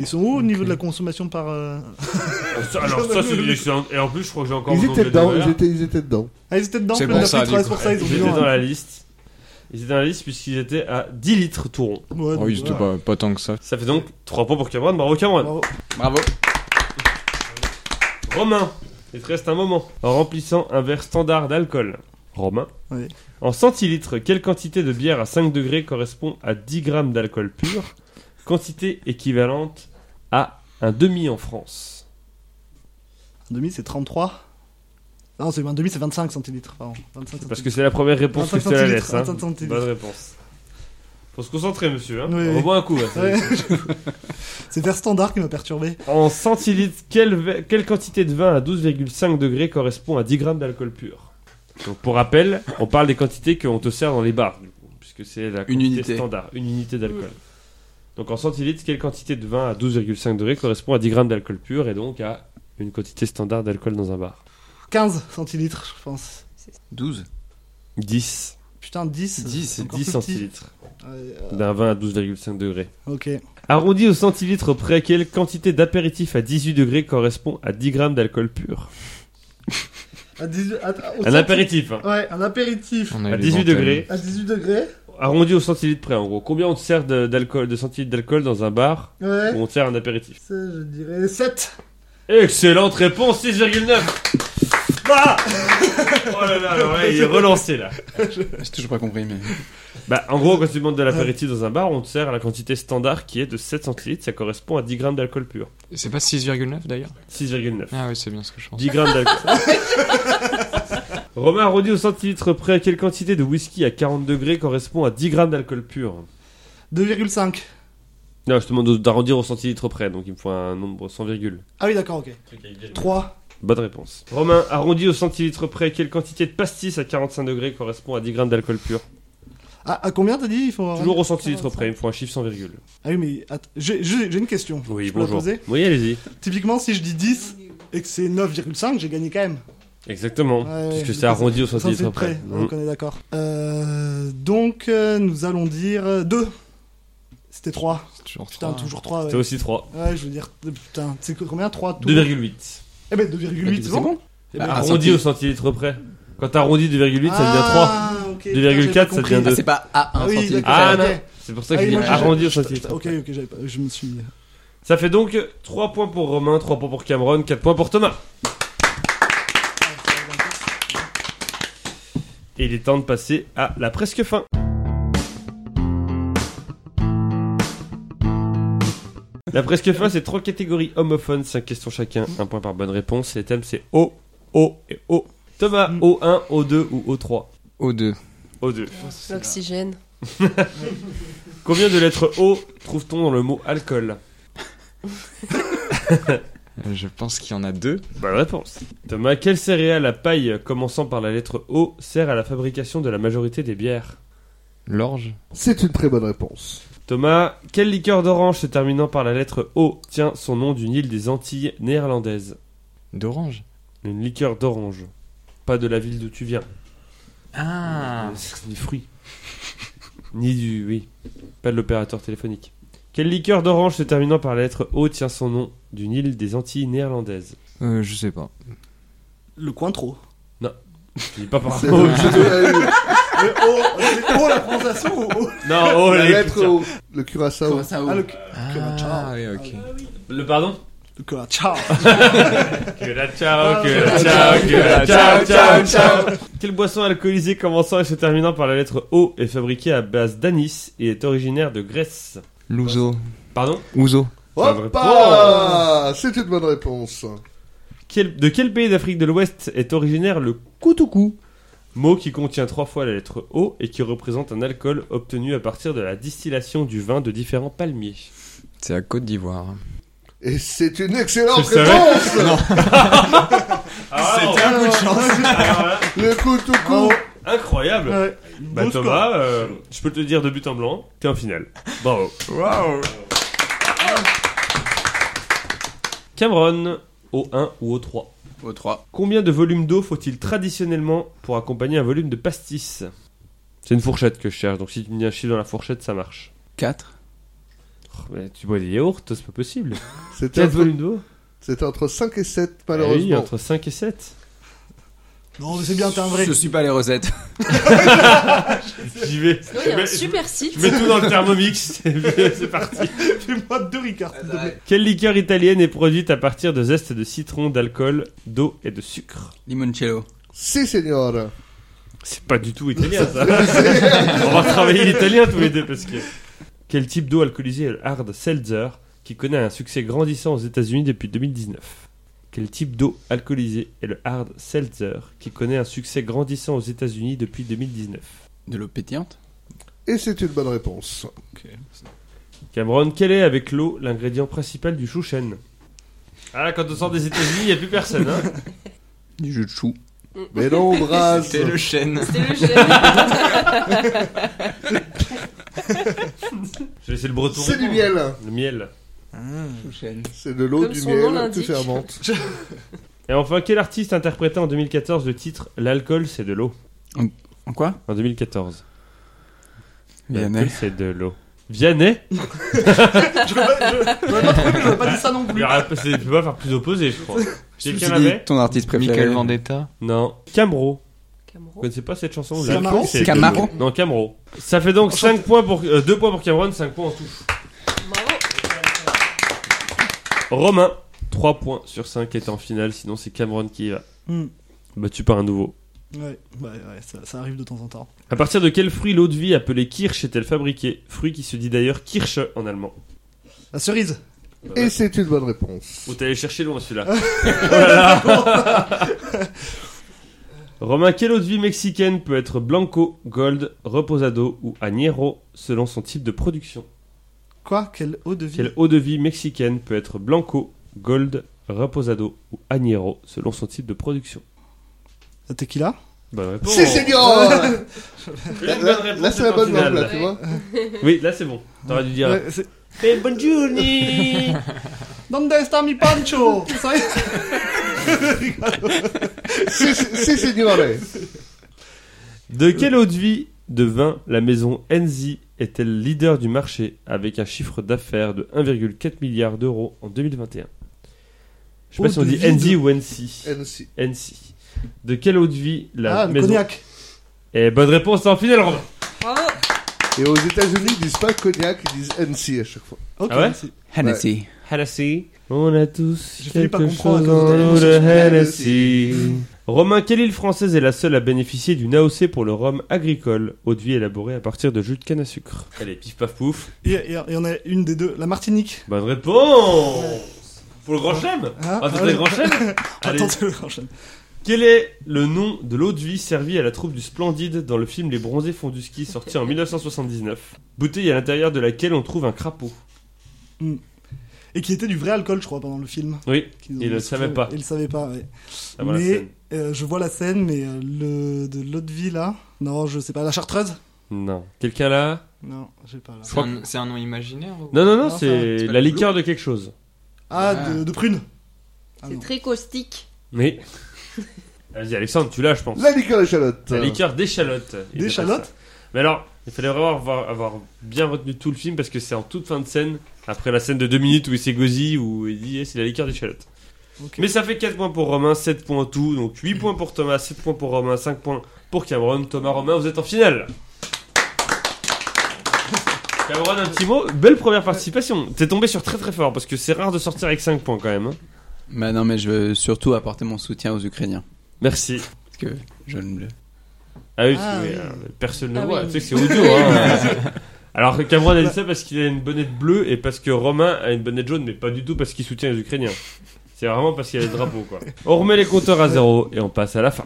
Speaker 2: Ils sont où au niveau de la consommation par. euh,
Speaker 1: Ah, Ça- Alors, ça, c'est une excellente. Et en plus, je crois que j'ai encore
Speaker 4: Ils
Speaker 1: mon
Speaker 4: étaient
Speaker 1: onglet
Speaker 4: dedans,
Speaker 1: d'ouvert.
Speaker 4: ils étaient, ils étaient dedans.
Speaker 2: Ah, ils étaient dedans,
Speaker 5: C'est
Speaker 2: plein
Speaker 5: pour
Speaker 2: d'Afrique,
Speaker 5: ça, du
Speaker 2: ouais, c'est
Speaker 5: coup.
Speaker 2: pour ça, ils ont
Speaker 1: Ah, Ils
Speaker 2: dit
Speaker 1: étaient
Speaker 2: non.
Speaker 1: dans la liste. Ils étaient dans la liste puisqu'ils étaient à 10 litres tout rond.
Speaker 2: Ouais,
Speaker 7: Oh,
Speaker 2: donc,
Speaker 7: ils étaient
Speaker 2: voilà.
Speaker 7: pas, pas tant que ça.
Speaker 1: Ça fait donc 3 points pour Cameron. Bravo Cameron.
Speaker 2: Bravo.
Speaker 6: Bravo.
Speaker 1: Romain, il te reste un moment. En remplissant un verre standard d'alcool. Romain.
Speaker 2: Oui.
Speaker 1: En centilitres, quelle quantité de bière à 5 degrés correspond à 10 grammes d'alcool pur Quantité équivalente à un demi en France.
Speaker 2: Un demi, c'est 33. Non, c'est un demi, c'est 25 centilitres. Pardon. 25
Speaker 1: Parce que c'est la première réponse que je te la
Speaker 2: 25
Speaker 1: laisse. Hein.
Speaker 2: centilitres, 25 centilitres.
Speaker 1: Bonne réponse. Faut se concentrer, monsieur. Hein.
Speaker 2: Oui, oui.
Speaker 1: On boit un coup. hein, ça y
Speaker 2: Ouais.
Speaker 1: est.
Speaker 2: (laughs) c'est vers standard qui m'a perturbé.
Speaker 1: En centilitres, quelle, ve- quelle quantité de vin à 12,5 degrés correspond à 10 grammes d'alcool pur Donc, Pour rappel, on parle des quantités qu'on te sert dans les bars, du coup, puisque c'est la quantité
Speaker 6: unité.
Speaker 1: standard, une unité d'alcool. Donc en centilitres, quelle quantité de vin à 12,5 degrés correspond à 10 grammes d'alcool pur et donc à une quantité standard d'alcool dans un bar
Speaker 2: 15 centilitres, je pense.
Speaker 6: 12.
Speaker 1: 10.
Speaker 2: Putain, 10. euh,
Speaker 6: 10,
Speaker 2: c'est encore
Speaker 1: 10
Speaker 2: plus petit.
Speaker 1: centilitres
Speaker 2: Ouais,
Speaker 1: d'un vin à 12,5 degrés.
Speaker 2: euh, ok.
Speaker 1: Arrondi au centilitre près, quelle quantité d'apéritif à 18 degrés correspond à 10 grammes d'alcool pur
Speaker 2: À 18 à- à- au
Speaker 1: Un
Speaker 2: centi-
Speaker 1: apéritif, hein.
Speaker 2: Ouais, un apéritif.
Speaker 5: On a
Speaker 1: à
Speaker 5: les
Speaker 1: 18
Speaker 5: dentelles.
Speaker 1: degrés.
Speaker 2: À 18 degrés.
Speaker 1: Arrondi au centilitre près, en gros. Combien on te sert de, d'alcool, de centilitres d'alcool dans un bar
Speaker 2: Ouais.
Speaker 1: où on te sert un apéritif
Speaker 2: Ça, je dirais 7.
Speaker 1: Excellente réponse, 6,9 Bah (laughs) Oh là là, alors là, il est relancé là.
Speaker 6: J'ai toujours pas compris, mais.
Speaker 1: Bah, en gros, quand tu demandes de l'apéritif dans un bar, on te sert la quantité standard qui est de 7 centilitres, ça correspond à 10 grammes d'alcool pur.
Speaker 5: C'est pas 6,9 d'ailleurs
Speaker 1: 6,9.
Speaker 5: Ah oui, c'est bien ce que je pense.
Speaker 1: 10 grammes d'alcool. (laughs) Romain arrondi au centilitre près, quelle quantité de whisky à 40 degrés correspond à 10 grammes d'alcool pur
Speaker 2: 2,5.
Speaker 1: Non, je te demande d'arrondir au centilitre près, donc il me faut un nombre sans virgule.
Speaker 2: Ah oui, d'accord, ok. 3.
Speaker 1: Bonne réponse. Romain, arrondi au centilitre près, quelle quantité de pastis à 45 degrés correspond à 10 grammes d'alcool pur
Speaker 2: Ah, À, à combien t'as dit il faut...
Speaker 1: Toujours au centilitre près, il me faut un chiffre sans virgule.
Speaker 2: Ah oui, mais att- j'ai j'ai- j'ai une question.
Speaker 1: Oui,
Speaker 2: je peux la
Speaker 1: bonjour.
Speaker 2: poser
Speaker 1: Oui, allez-y.
Speaker 2: Typiquement, si je dis 10 et que c'est 9,5, j'ai gagné quand même.
Speaker 1: Exactement,
Speaker 2: Ouais,
Speaker 1: puisque
Speaker 2: ouais,
Speaker 1: c'est arrondi au
Speaker 2: Ça, c'est
Speaker 1: centilitre près.
Speaker 2: prêt.
Speaker 1: Mm.
Speaker 2: Donc on est d'accord. Euh, donc euh, nous allons dire 2. C'était 3.
Speaker 5: C'est toujours
Speaker 2: Putain,
Speaker 5: trois.
Speaker 2: toujours 3.
Speaker 1: C'est
Speaker 2: Ouais.
Speaker 1: aussi 3.
Speaker 2: ouais, je veux dire, euh, putain, c'est combien 3
Speaker 1: 2,8.
Speaker 2: Eh ben 2,8, c'est bon
Speaker 1: Bah,
Speaker 6: Ah,
Speaker 1: arrondi
Speaker 6: centi-
Speaker 1: au centilitre près. Quand t'arrondis 2,8, ça devient 3.
Speaker 2: Ah, ok, putain,
Speaker 1: 2,4,
Speaker 2: j'avais pas
Speaker 1: ça devient
Speaker 2: compris.
Speaker 1: deux.
Speaker 6: Ah, c'est pas à 1
Speaker 2: Ah oui,
Speaker 6: centilitre.
Speaker 2: d'accord.
Speaker 1: Euh, Ah,
Speaker 2: ok.
Speaker 1: non. C'est pour ça que je
Speaker 2: Ah oui,
Speaker 1: dis
Speaker 2: moi, j'ai-
Speaker 1: arrondi au
Speaker 2: je-
Speaker 1: centilitre.
Speaker 2: Ok, ok, j'avais pas- je me suis. euh,
Speaker 1: Ça fait donc 3 points pour Romain, 3 points pour Cameron, 4 points pour Thomas. Et il est temps de passer à la presque fin. La presque fin, c'est trois catégories homophones, 5 questions chacun, un point par bonne réponse. Les thèmes, c'est O, O et O. Thomas,
Speaker 2: Mm.
Speaker 1: O1, O2 ou O3
Speaker 5: O2.
Speaker 1: O2.
Speaker 3: L'oxygène.
Speaker 1: Combien de lettres O trouve-t-on dans le mot alcool
Speaker 5: Euh, Je pense qu'il y en a deux.
Speaker 1: Bonne réponse. Thomas, quelle céréale à paille commençant par la lettre O sert à la fabrication de la majorité des bières
Speaker 5: L'orge
Speaker 4: C'est une très bonne réponse.
Speaker 1: Thomas, quelle liqueur d'orange se terminant par la lettre O tient son nom d'une île des Antilles néerlandaises
Speaker 5: D'orange
Speaker 1: Une liqueur d'orange. pas de la ville d'où tu viens.
Speaker 6: Ah
Speaker 1: Ni fruits. Ni du. Oui. Pas de l'opérateur téléphonique. Quelle liqueur d'orange se terminant par la lettre O tient son nom d'une île des Antilles néerlandaises
Speaker 5: Euh, je sais pas.
Speaker 2: Le Cointreau.
Speaker 1: Je dis pas par
Speaker 4: C'est-
Speaker 1: O.
Speaker 4: je
Speaker 1: (laughs)
Speaker 4: te l'ai eu.
Speaker 2: Mais oh, c'est oh la prononciation ou oh
Speaker 1: Non, O,
Speaker 4: La
Speaker 1: la
Speaker 4: lettre
Speaker 1: liqueur.
Speaker 4: O. Le curaçao.
Speaker 2: Ah, le,
Speaker 5: Ah, oui, ok.
Speaker 1: Le pardon
Speaker 2: le Curacao.
Speaker 1: Que la ciao, que
Speaker 2: Ah,
Speaker 1: la
Speaker 2: oui.
Speaker 1: ciao, que la ciao, ciao, ciao. Quelle boisson alcoolisée commençant et se terminant par la lettre O est fabriquée à base d'anis et est originaire de Grèce
Speaker 5: Louzo.
Speaker 1: Pardon
Speaker 5: Ouzo.
Speaker 4: Hoppa C'est une bonne réponse.
Speaker 1: Quel- De quel pays d'Afrique de l'Ouest est originaire le koutoukou Mot qui contient trois fois la lettre O et qui représente un alcool obtenu à partir de la distillation du vin de différents palmiers.
Speaker 7: C'est à Côte d'Ivoire.
Speaker 4: Et c'est une excellente
Speaker 1: Je savais.
Speaker 4: réponse
Speaker 1: C'était
Speaker 4: un coup de chance.
Speaker 1: Bah, Ah,
Speaker 4: Le coup tout coup.
Speaker 1: Incroyable
Speaker 2: Ouais.
Speaker 1: Bah
Speaker 2: Beau
Speaker 1: Thomas, euh, je peux te le dire de but en blanc, t'es en finale. Bravo.
Speaker 5: Waouh.
Speaker 1: Cameron, au 1 ou au 3
Speaker 6: Au 3.
Speaker 1: Combien de volumes d'eau faut-il traditionnellement pour accompagner un volume de pastis C'est une fourchette que je cherche, donc si tu me dis un chiffre dans la fourchette, ça marche.
Speaker 6: 4.
Speaker 1: Oh, mais tu bois des yaourts, c'est pas possible.
Speaker 4: C'était
Speaker 1: 4
Speaker 4: entre,
Speaker 1: volumes d'eau
Speaker 4: c'était entre 5 et 7,
Speaker 1: Ah
Speaker 4: malheureusement.
Speaker 1: Oui, entre 5 et 7.
Speaker 2: score. Non, mais c'est bien, t'es un vrai.
Speaker 6: Je suis pas les rosettes.
Speaker 1: (laughs) J'y vais.
Speaker 3: Non,
Speaker 1: Je
Speaker 3: il y a
Speaker 1: mets-
Speaker 3: un super site.
Speaker 1: Je mets tout dans le (laughs) thermomix, c'est c'est parti.
Speaker 2: Fais-moi deux Ricard. s'il te plaît.
Speaker 1: Quelle liqueur italienne est produite à partir de zeste de citron, d'alcool, d'eau et de sucre
Speaker 6: Limoncello.
Speaker 4: Si, seigneur.
Speaker 1: C'est pas du tout italien
Speaker 4: (laughs)
Speaker 1: ça. On va travailler l'italien tous les deux parce que. Quel type d'eau alcoolisée est le hard seltzer qui connaît un succès grandissant aux États-Unis depuis 2019 Quel type d'eau alcoolisée est le hard seltzer qui connaît un succès grandissant aux États-Unis depuis 2019
Speaker 6: De l'eau pétillante.
Speaker 4: Et c'est une bonne réponse.
Speaker 1: Cameron, quel est avec l'eau l'ingrédient principal du chouchen Ah, là, quand on sort des États-Unis, il n'y a plus personne. Hein
Speaker 6: Du jus de chou.
Speaker 4: Mais non, Braz.
Speaker 5: C'est le chêne.
Speaker 3: C'était le chef.
Speaker 1: Je vais laisser le breton.
Speaker 4: C'est du miel.
Speaker 1: Le miel.
Speaker 4: C'est de l'eau,
Speaker 3: Comme
Speaker 4: du
Speaker 3: son nom
Speaker 4: miel, tout
Speaker 3: l'indique.
Speaker 4: fermente.
Speaker 1: Et enfin, quel artiste interprétait en 2014 le titre L'alcool, c'est de l'eau
Speaker 6: En quoi
Speaker 1: En 2014.
Speaker 6: Vianney.
Speaker 1: L'alcool, c'est de l'eau. Vianney
Speaker 2: Je l'aurais pas- je- j'aurais pas trouvé, mais j'aurais pas dit ça non
Speaker 1: Il
Speaker 2: plus.
Speaker 1: y aura- c'est- Tu peux pas faire plus opposé, je crois.
Speaker 6: Je me
Speaker 1: Quelqu'un
Speaker 6: suis dit,
Speaker 1: l'avait
Speaker 6: ton artiste préféré.
Speaker 5: Michael Vendetta.
Speaker 1: Non. Camro. Vous
Speaker 3: Cameroun.
Speaker 1: connaissez pas cette chanson
Speaker 2: C'est Camaro
Speaker 1: L'alcool,
Speaker 6: Camaro.
Speaker 1: de l'eau. Non, Camaro. Ça fait donc 5 points pour, 2 points pour Cameron, 5 points en tout.
Speaker 3: Bravo.
Speaker 1: Romain, 3 points sur 5 est en finale, sinon c'est Cameron qui y va. Bah,
Speaker 2: Hmm.
Speaker 1: Battu par un nouveau.
Speaker 2: Ouais, ouais, ouais, ça, ça arrive de temps en temps.
Speaker 1: À partir de quel fruit l'eau de vie appelée Kirsch est-elle fabriquée Fruit qui se dit d'ailleurs Kirsch en allemand.
Speaker 2: La cerise.
Speaker 4: Et c'est une bonne réponse.
Speaker 1: Vous t'allez chercher loin
Speaker 4: (laughs)
Speaker 1: celui-là. Oh là là. Romain, quelle eau de vie mexicaine peut être blanco, gold, reposado ou añero selon son type de production
Speaker 2: Quoi Quelle eau de vie
Speaker 1: Quelle eau de vie mexicaine peut être blanco, gold, reposado ou añero selon son type de production
Speaker 2: La tequila
Speaker 1: Bonne réponse.
Speaker 4: Si, (laughs) seigneur.
Speaker 1: Une
Speaker 4: Là,
Speaker 1: bonne
Speaker 4: là-
Speaker 1: réponse
Speaker 4: là, c'est la
Speaker 1: en
Speaker 4: bonne
Speaker 1: finale.
Speaker 4: langue, là, tu vois.
Speaker 1: Oui, là c'est bon. T'aurais dû dire.
Speaker 2: Ouais, c'est-
Speaker 1: Mais Eh, bonne
Speaker 2: (laughs)
Speaker 1: journée
Speaker 2: Donde está mi pancho Ça y est.
Speaker 4: Si, si, si, seigneur.
Speaker 1: De quelle eau de vie de vin la maison Enzi est-elle leader du marché avec un chiffre d'affaires de 1,4 milliard d'euros en 2021 Je sais pas
Speaker 2: Eau
Speaker 1: si on
Speaker 2: de
Speaker 1: dit
Speaker 2: vie
Speaker 1: Enzi
Speaker 2: de-
Speaker 1: ou NC.
Speaker 4: NC.
Speaker 1: NC. De quelle eau de vie la
Speaker 2: Ah, le
Speaker 1: maison
Speaker 2: cognac.
Speaker 1: Et bonne réponse en finale, Romain
Speaker 3: Bravo.
Speaker 4: Et aux États-Unis, ils disent pas cognac, ils disent NC à chaque fois.
Speaker 2: Ok,
Speaker 1: Ah ouais
Speaker 2: c'est-
Speaker 6: Hennessy.
Speaker 1: Hennessy. On a tous
Speaker 2: J'ai failli pas
Speaker 1: quelque
Speaker 2: comprendre
Speaker 1: chose
Speaker 2: à cause
Speaker 1: en
Speaker 2: de
Speaker 1: nous de
Speaker 4: la musique.
Speaker 1: Hennessy. Romain, quelle île française est la seule à bénéficier d'une AOC pour le rhum agricole, eau de vie élaborée à partir de jus de canne à sucre Allez, pif paf pouf.
Speaker 2: Et et- et on a une des deux, la Martinique.
Speaker 1: Bonne réponse Pour le grand chelem
Speaker 2: Hein
Speaker 1: Ah,
Speaker 2: Ah
Speaker 1: t'as
Speaker 2: ouais.
Speaker 1: le grand chelem Allez.
Speaker 2: (laughs) Attends, je- enchaîne.
Speaker 1: Quel est le nom de l'eau de vie servie à la troupe du Splendide dans le film Les Bronzés font du ski sorti en 1979 Bouteille à l'intérieur de laquelle on trouve un crapaud.
Speaker 2: Et qui était du vrai alcool, je crois, pendant le film.
Speaker 1: Oui,
Speaker 2: Qu'ils ont
Speaker 1: Il le
Speaker 2: montré.
Speaker 1: savait pas.
Speaker 2: Il le savait pas, ouais.
Speaker 1: ça va la
Speaker 2: mais
Speaker 1: scène.
Speaker 2: euh, je vois la scène, mais euh, le de l'eau de vie là. Non, je sais pas. La chartreuse
Speaker 1: Non. Quelqu'un là
Speaker 2: Non, j'ai pas là.
Speaker 5: C'est un, c'est un nom imaginaire ou...
Speaker 1: Non, non, non,
Speaker 2: Non,
Speaker 1: c'est
Speaker 5: c'est pas
Speaker 1: la
Speaker 5: le
Speaker 1: liqueur de quelque chose.
Speaker 2: Ah,
Speaker 6: Ah.
Speaker 2: De, de prune. Ah,
Speaker 3: C'est
Speaker 2: non.
Speaker 3: très caustique.
Speaker 1: Oui. Vas-y, Alexandre, tu l'as, je pense.
Speaker 4: La liqueur échalote.
Speaker 1: La liqueur d'échalote. Ils appellent
Speaker 2: D'échalote
Speaker 1: ça. Mais alors, il fallait vraiment avoir, avoir bien retenu tout le film parce que c'est en toute fin de scène, après la scène de deux minutes où il s'égosille, où il dit Eh, c'est la liqueur d'échalote.
Speaker 2: Ok.
Speaker 1: Mais ça fait 4 points pour Romain, 7 points en tout, donc 8 points pour Thomas, 7 points pour Romain, 5 points pour Cameron. Thomas, Romain, vous êtes en finale. Cameron, un petit mot. Belle première participation. T'es tombé sur très très fort parce que c'est rare de sortir avec 5 points quand même. hein.
Speaker 6: Bah non, mais je veux surtout apporter mon soutien aux Ukrainiens.
Speaker 1: Merci.
Speaker 6: Parce que jaune bleu.
Speaker 1: Ah oui,
Speaker 2: Ah
Speaker 1: parce que,
Speaker 2: oui.
Speaker 1: euh, personne ne
Speaker 3: Ah
Speaker 1: voit.
Speaker 3: oui.
Speaker 1: Tu sais que c'est audio. hein. Alors Cameron a dit ça parce qu'il a une bonnette bleue et parce que Romain a une bonnette jaune, mais pas du tout parce qu'il soutient les Ukrainiens. C'est vraiment parce qu'il y a les drapeaux quoi. On remet les compteurs à zéro et on passe à la fin.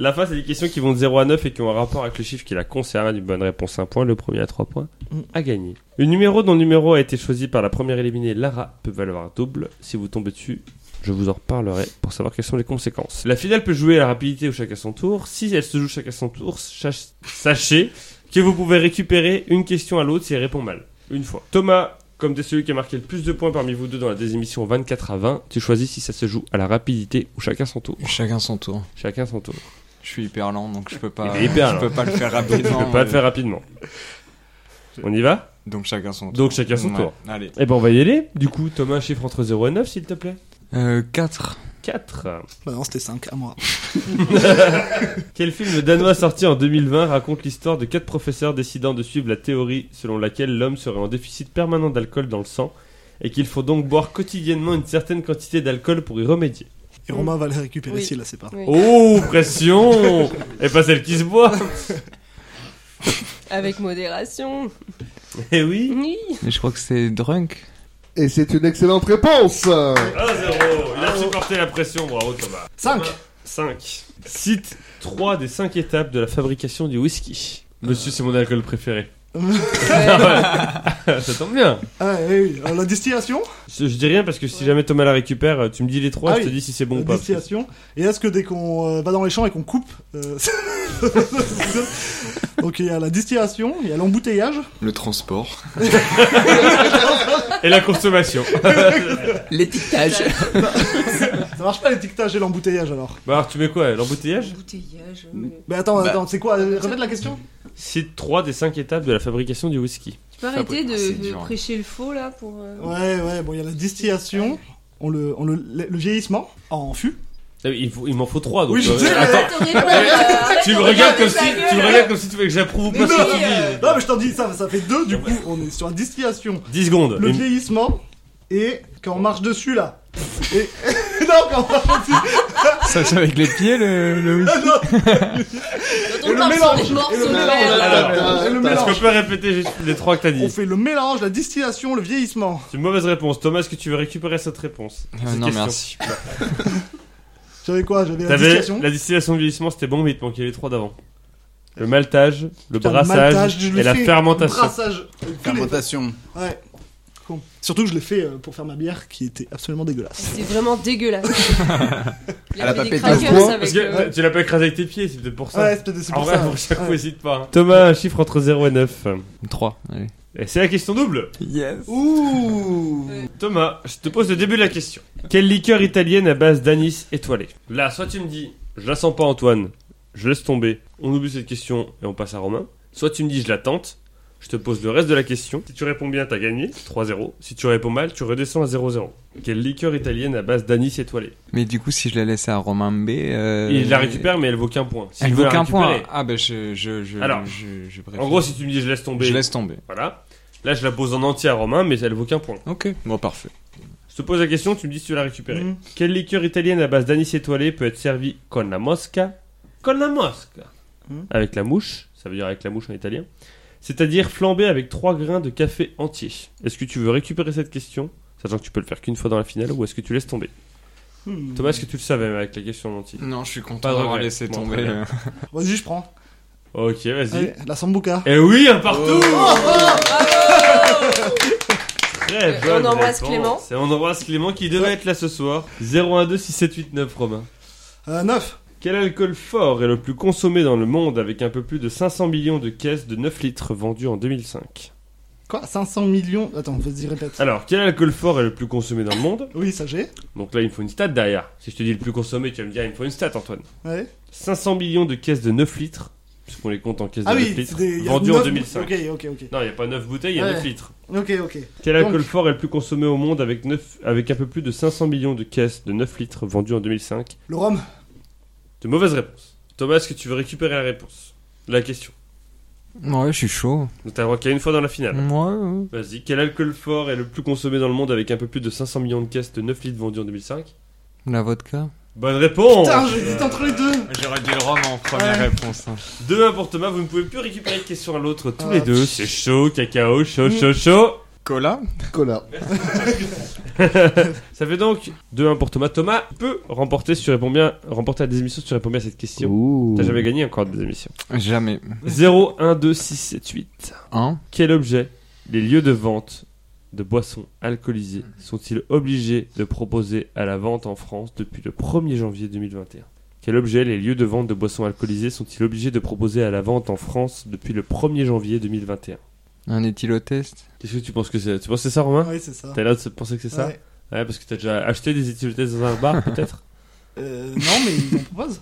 Speaker 1: La fin, c'est des questions qui vont de 0 à 9 et qui ont un rapport avec le chiffre qui la concerne. Une bonne réponse, un point. Le premier à 3 points
Speaker 2: Mm.
Speaker 1: a gagné. Le numéro dont le numéro a été choisi par la première éliminée, Lara, peut valoir double. Si vous tombez dessus, je vous en reparlerai pour savoir quelles sont les conséquences. La finale peut jouer à la rapidité ou chacun son tour. Si elle se joue chacun son tour, sach- sachez que vous pouvez récupérer une question à l'autre si elle répond mal. Une fois. Thomas, comme t'es celui qui a marqué le plus de points parmi vous deux dans la désémission 24 à 20, tu choisis si ça se joue à la rapidité ou chacun son tour.
Speaker 7: Chacun son tour.
Speaker 1: Chacun son tour.
Speaker 5: Je suis hyper lent, donc je peux pas.
Speaker 1: Il est hyper lent.
Speaker 5: Je peux pas le faire
Speaker 1: (laughs) Je peux
Speaker 5: rapidement.
Speaker 1: pas le faire rapidement. On y va
Speaker 7: Donc chacun son tour.
Speaker 1: Donc chacun son
Speaker 7: Ouais.
Speaker 1: tour.
Speaker 7: Allez.
Speaker 1: Eh ben on va y aller. Du coup, Thomas, chiffre entre 0 et 9 s'il te plaît.
Speaker 5: Euh,
Speaker 7: 4.
Speaker 1: 4.
Speaker 2: Bah non, c'était 5 à moi.
Speaker 1: Quel film danois sorti en 2020 raconte l'histoire de quatre professeurs décidant de suivre la théorie selon laquelle l'homme serait en déficit permanent d'alcool dans le sang et qu'il faut donc boire quotidiennement une certaine quantité d'alcool pour y remédier
Speaker 2: Et Romain va les récupérer
Speaker 3: Oui.
Speaker 2: si là, c'est pas.
Speaker 3: Oui.
Speaker 1: Oh, pression Et pas celle qui se boit
Speaker 3: Avec modération.
Speaker 1: Eh oui
Speaker 3: (laughs) Oui.
Speaker 5: Mais je crois que c'est drunk.
Speaker 4: Et c'est une excellente réponse.
Speaker 1: 1-0 Il a supporté la pression, bravo Thomas
Speaker 2: 5
Speaker 1: 5. Cite 3 des 5 étapes de la fabrication du whisky. Monsieur, c'est mon alcool préféré. (laughs) Ça tombe bien
Speaker 2: Ah oui, oui. Euh, la distillation
Speaker 1: Je, je dis rien parce que si jamais Thomas la récupère, euh, tu me dis les 3
Speaker 2: Ah
Speaker 1: je te
Speaker 2: oui.
Speaker 1: dis si c'est bon
Speaker 2: La
Speaker 1: ou pas.
Speaker 2: distillation. Et est-ce que dès qu'on euh, va dans les champs et qu'on coupe... euh, (laughs) Donc il y a la distillation, il y a l'embouteillage.
Speaker 7: Le transport.
Speaker 1: (laughs) Et la consommation.
Speaker 6: L'étiquetage
Speaker 2: Ça marche pas l'étiquetage et l'embouteillage alors.
Speaker 1: Bah alors tu mets quoi L'embouteillage
Speaker 3: Embouteillage. euh, mais-
Speaker 2: Mais attends,
Speaker 6: Bah.
Speaker 2: attends, c'est quoi euh, Répète la question
Speaker 1: Cite 3 des 5 étapes de la fabrication du whisky.
Speaker 3: Tu peux arrêter de,
Speaker 7: c'est
Speaker 3: de
Speaker 7: dur, hein.
Speaker 3: prêcher le faux là pour. euh,
Speaker 2: Ouais, ouais, bon, il y a la distillation, on le, on le, le vieillissement en fût.
Speaker 1: Ah oui, Il, faut- il m'en faut 3 donc.
Speaker 2: Oui, je sais,
Speaker 1: attends,
Speaker 3: Ah, Arrête de répondre, arrête
Speaker 1: tu
Speaker 3: de
Speaker 1: me regardes
Speaker 3: regarder
Speaker 1: comme
Speaker 3: ta
Speaker 1: si
Speaker 3: gueule.
Speaker 1: tu me regardes comme si tu voulais que j'approuve ou pas
Speaker 5: Bah,
Speaker 1: ce
Speaker 3: Mais
Speaker 1: que tu
Speaker 3: oui, euh,
Speaker 1: dis.
Speaker 2: Non, mais je t'en dis, ça, ça fait deux, du coup, on est sur la distillation,
Speaker 1: 10 secondes.
Speaker 5: Bah,
Speaker 2: le
Speaker 1: Et-
Speaker 2: vieillissement, et quand on marche dessus, là. Et... (laughs) non, quand on marche dessus, Ah,
Speaker 5: Ça c'est avec les pieds le.
Speaker 3: Quand
Speaker 2: Et
Speaker 3: on
Speaker 2: le
Speaker 3: parle sur
Speaker 2: mélange,
Speaker 3: des morceaux
Speaker 2: et le
Speaker 3: de
Speaker 2: mélange,
Speaker 3: verre,
Speaker 1: alors.
Speaker 3: là.
Speaker 4: Ah,
Speaker 2: et le
Speaker 1: Est-ce qu'on
Speaker 2: mélange.
Speaker 1: peut répéter juste les 3 que t'as
Speaker 2: On
Speaker 1: dit
Speaker 2: fait le mélange, la distillation, le vieillissement.
Speaker 1: C'est une mauvaise réponse. Thomas, est-ce que tu veux récupérer cette réponse
Speaker 5: Euh,
Speaker 1: Cette
Speaker 5: non
Speaker 1: question.
Speaker 5: merci.
Speaker 2: J'avais quoi J'avais la
Speaker 1: T'avais
Speaker 2: distillation. Euh.
Speaker 1: la distillation de vieillissement, c'était bon, mais il te manquait les 3 d'avant. Le maltage, le
Speaker 2: Putain, le
Speaker 1: brassage
Speaker 2: maltage, je l'ai
Speaker 1: et la
Speaker 2: fait.
Speaker 1: fermentation.
Speaker 2: Brassage. euh, tous les-
Speaker 6: Fermentation.
Speaker 2: Ouais. Con. Surtout que je l'ai fait euh, pour faire ma bière qui était absolument dégueulasse.
Speaker 3: C'est vraiment (laughs) dégueulasse. Il
Speaker 6: Elle a
Speaker 3: avait
Speaker 6: pas
Speaker 3: des
Speaker 6: pété
Speaker 3: crackers
Speaker 4: un point,
Speaker 1: Parce
Speaker 3: avec,
Speaker 1: que
Speaker 3: euh,
Speaker 1: euh, tu l'as pas écrasé avec tes pieds, c'est peut-être pour ça. hein.
Speaker 2: Ouais, c'est peut-être- c'est
Speaker 1: En
Speaker 2: pour
Speaker 1: vrai,
Speaker 2: ça.
Speaker 1: pour chaque
Speaker 2: ouais.
Speaker 1: fois, hésite pas. Thomas, un chiffre entre 0 et 9.
Speaker 5: 3. Allez.
Speaker 1: Et c'est la question double.
Speaker 5: Yes.
Speaker 4: Ouh.
Speaker 1: Thomas, je te pose le début de la question. Quelle liqueur italienne à base d'anis étoilé Là, soit tu me dis, je la sens pas Antoine, je laisse tomber, on oublie cette question et on passe à Romain. Soit tu me dis, je la tente, je te pose le reste de la question. Si tu réponds bien, t'as gagné, 3-0. Si tu réponds mal, tu redescends à 0-0. Quelle liqueur italienne à base d'anis étoilé
Speaker 5: Mais du coup, si je la laissais à Romain B. euh,
Speaker 1: Il la récupère, mais elle vaut qu'un point. Si
Speaker 5: Elle
Speaker 1: tu
Speaker 5: vaut
Speaker 1: veux la
Speaker 5: qu'un point.
Speaker 1: récupérer.
Speaker 5: Ah bah je je je.
Speaker 1: Alors,
Speaker 5: je, je préfère.
Speaker 1: En gros, si tu me dis, je laisse tomber,
Speaker 5: je laisse tomber.
Speaker 1: voilà. Là, je la pose en entier à Romain, mais elle vaut qu'un point.
Speaker 5: Ok. Bon parfait.
Speaker 1: Je te pose la question, tu me dis si tu l'as récupérée.
Speaker 3: Mm.
Speaker 2: Mhm.
Speaker 1: Quelle liqueur italienne à base d'anis étoilé peut être servie con la mosca Con la mosca
Speaker 3: Mm.
Speaker 2: Mhm.
Speaker 1: Avec la mouche, ça veut dire avec la mouche en italien. C'est-à-dire flambée avec trois grains de café entier. Est-ce que tu veux récupérer cette question Sachant que tu peux le faire qu'une fois dans la finale ou est-ce que tu laisses tomber
Speaker 2: Hmm.
Speaker 1: Thomas, est-ce que tu le savais avec la question en entier
Speaker 5: Non, je suis content
Speaker 1: Pas de
Speaker 5: d'avoir
Speaker 1: regret.
Speaker 5: laissé
Speaker 1: Bon,
Speaker 5: tomber.
Speaker 1: très
Speaker 5: (laughs)
Speaker 1: bien.
Speaker 5: euh,
Speaker 2: Vas-y, je prends.
Speaker 1: Ok, vas-y.
Speaker 2: Allez, la sambuca.
Speaker 1: Eh oui, un
Speaker 3: Oh,
Speaker 1: partout Très
Speaker 3: Euh,
Speaker 1: bonne
Speaker 3: oh. on embrasse
Speaker 1: réponse.
Speaker 3: Clément.
Speaker 1: Et on embrasse Clément qui devait
Speaker 2: Ouais.
Speaker 1: être là ce soir. 01267899 Romain.
Speaker 2: Euh, 9.
Speaker 1: Quel alcool fort est le plus consommé dans le monde avec un peu plus de 500 millions de caisses de 9 litres vendues en 2005
Speaker 2: Quoi 500 millions Attends, vas-y, répète.
Speaker 1: Alors, quel alcool fort est le plus consommé dans le monde
Speaker 2: Oui, ça j'ai.
Speaker 1: Donc là, il me faut une stat derrière. Si je te dis le plus consommé, tu vas me dire, il me faut une stat, Antoine.
Speaker 2: Ouais.
Speaker 1: 500 millions de caisses de 9 litres, puisqu'on les compte en caisses
Speaker 2: Ah
Speaker 1: de
Speaker 2: oui,
Speaker 1: 9 litres,
Speaker 2: c'est des- il y a
Speaker 1: vendues en
Speaker 2: neuf-
Speaker 1: 2005.
Speaker 2: Ok, ok, ok.
Speaker 1: Non, il n'y a pas 9 bouteilles, il y a
Speaker 2: Ouais.
Speaker 1: 9 litres.
Speaker 2: Ok, ok.
Speaker 1: Quel
Speaker 2: Donc-
Speaker 1: alcool fort est le plus consommé au monde avec, 9, avec un peu plus de 500 millions de caisses de 9 litres vendues en 2005
Speaker 2: Le rhum
Speaker 1: De mauvaises réponses. Thomas, est-ce que tu veux récupérer la réponse La question.
Speaker 5: Ouais, je suis chaud. euh,
Speaker 1: Donc t'as le droit qu'à une fois dans la finale.
Speaker 5: Ouais.
Speaker 1: Vas-y, quel alcool fort est le plus consommé dans le monde avec un peu plus de 500 millions de caisses de 9 litres vendues en 2005
Speaker 5: La vodka.
Speaker 1: Bonne réponse
Speaker 2: Putain, j'hésite entre les deux
Speaker 7: J'aurais dit le rhum en première
Speaker 2: Ouais.
Speaker 7: réponse. hein.
Speaker 1: 2-1 pour Thomas, vous ne pouvez plus récupérer de question à l'autre tous
Speaker 2: Ah,
Speaker 1: les deux.
Speaker 2: pff. Mm.
Speaker 1: C'est chaud, cacao, chaud, chaud, chaud. (laughs)
Speaker 7: Cola
Speaker 4: Cola.
Speaker 1: Ça fait donc 2-1 pour Thomas. Thomas peut remporter, si tu réponds bien, remporter à des émissions si tu réponds bien à cette question. T'as jamais gagné encore des émissions.
Speaker 7: Jamais.
Speaker 1: 0, 1, 2, 6, 7, 8.
Speaker 7: Hein
Speaker 1: Quel objet les lieux de vente de boissons alcoolisées sont-ils obligés de proposer à la vente en France depuis le 1er janvier 2021 Quel objet les lieux de vente de boissons alcoolisées sont-ils obligés de proposer à la vente en France depuis le 1er janvier 2021
Speaker 5: Un éthylotest.
Speaker 1: Qu'est-ce que tu penses que c'est Tu penses que c'est ça, Romain
Speaker 2: Oui, c'est ça.
Speaker 1: Hein T'as l'air de penser que c'est ça
Speaker 2: Ouais.
Speaker 1: Ouais, parce que t'as déjà acheté des éthylotestes dans un bar, peut-être
Speaker 2: Euh, non, mais ils en proposent.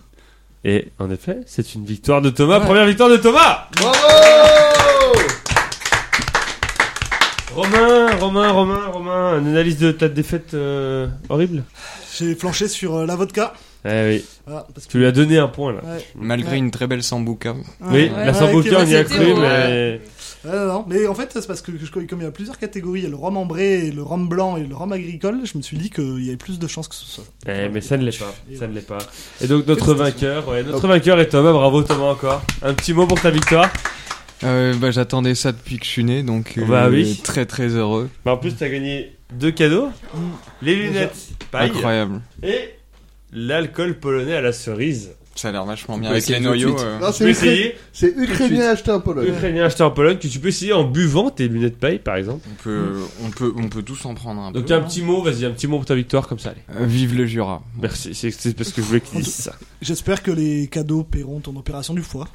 Speaker 1: Et en effet, c'est une victoire de Thomas.
Speaker 2: Ouais.
Speaker 1: Première victoire de Thomas
Speaker 4: Bravo
Speaker 1: Romain, Romain, Romain, Romain. Une analyse de ta défaite euh, horrible
Speaker 2: J'ai flanché sur euh, la vodka.
Speaker 1: Eh oui,
Speaker 2: Voilà, parce que...
Speaker 1: tu lui as donné un point là.
Speaker 2: Ouais.
Speaker 7: Malgré
Speaker 2: Ouais.
Speaker 7: une très belle sambuca.
Speaker 1: Oui,
Speaker 2: Ouais,
Speaker 1: la
Speaker 2: ouais,
Speaker 1: Sambuca,
Speaker 2: ok,
Speaker 1: on y a
Speaker 3: c'était
Speaker 1: cru,
Speaker 3: bon.
Speaker 1: mais.
Speaker 2: Ouais, non, non. Mais en fait, c'est parce que je- comme il y a plusieurs catégories, il y a le rhum ambré, et le rhum blanc et le rhum agricole, je me suis dit qu'il y avait plus de chances que ce soit.
Speaker 1: Eh, mais ça ne l'est pas.
Speaker 2: Et
Speaker 1: Ça
Speaker 2: ouais.
Speaker 1: ne l'est pas. Et donc, notre vainqueur, ouais, notre vainqueur est Thomas. Bravo, Thomas, encore. Un petit mot pour ta victoire.
Speaker 5: Euh, bah, j'attendais ça depuis que je suis né, donc euh,
Speaker 1: Bah oui.
Speaker 5: très très heureux.
Speaker 1: Bah, en plus, t'as gagné deux cadeaux les lunettes paille
Speaker 5: Incroyable.
Speaker 1: et l'alcool polonais à la cerise.
Speaker 7: Ça a l'air vachement
Speaker 6: Tu
Speaker 7: bien
Speaker 6: peux
Speaker 7: avec les
Speaker 6: essayer tout de
Speaker 7: noyaux.
Speaker 6: suite.
Speaker 7: euh.
Speaker 4: Non,
Speaker 1: Tu
Speaker 4: c'est
Speaker 1: peux
Speaker 4: Ukra-
Speaker 1: essayer,
Speaker 4: c'est ukrainien acheté en
Speaker 2: Bah,
Speaker 4: Pologne.
Speaker 1: ukrainien acheté en Pologne, que tu peux essayer en buvant tes lunettes paille, par exemple.
Speaker 7: On peut, on, peut, on peut tous en prendre un
Speaker 1: Donc
Speaker 7: peu.
Speaker 1: un petit mot, vas-y, un petit mot pour ta victoire comme ça, allez.
Speaker 5: Euh, vive le Jura.
Speaker 1: Merci, c'est- c'est parce que je voulais qu'ils disent ça.
Speaker 2: J'espère que les cadeaux paieront ton opération du foie.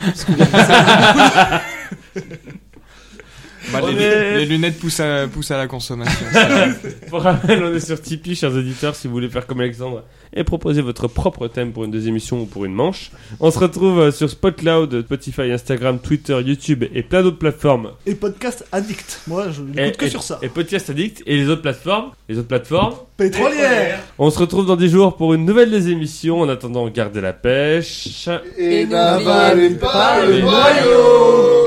Speaker 7: Bah, les,
Speaker 1: On est-
Speaker 7: les lunettes poussent à, poussent à la consommation.
Speaker 1: (laughs) Pour rappel, on est sur Tipeee, chers auditeurs, si vous voulez faire comme Alexandre et proposer votre propre thème pour une des émissions ou pour une manche. On se retrouve euh, sur Spotcloud, Spotify, Instagram, Twitter, YouTube et plein d'autres plateformes.
Speaker 2: Et podcast addict. Moi, je
Speaker 1: Et,
Speaker 2: n'écoute que
Speaker 1: et-
Speaker 2: sur ça.
Speaker 1: Et Podcast Addict et les autres plateformes. Les autres plateformes.
Speaker 2: Pétrolière
Speaker 1: On se retrouve dans 10 jours pour une nouvelle des émissions. En attendant, gardez la pêche.
Speaker 4: Et,
Speaker 3: Et
Speaker 4: n'avalez
Speaker 3: n'oubliez
Speaker 4: pas
Speaker 1: pas
Speaker 4: le
Speaker 1: le
Speaker 4: noyau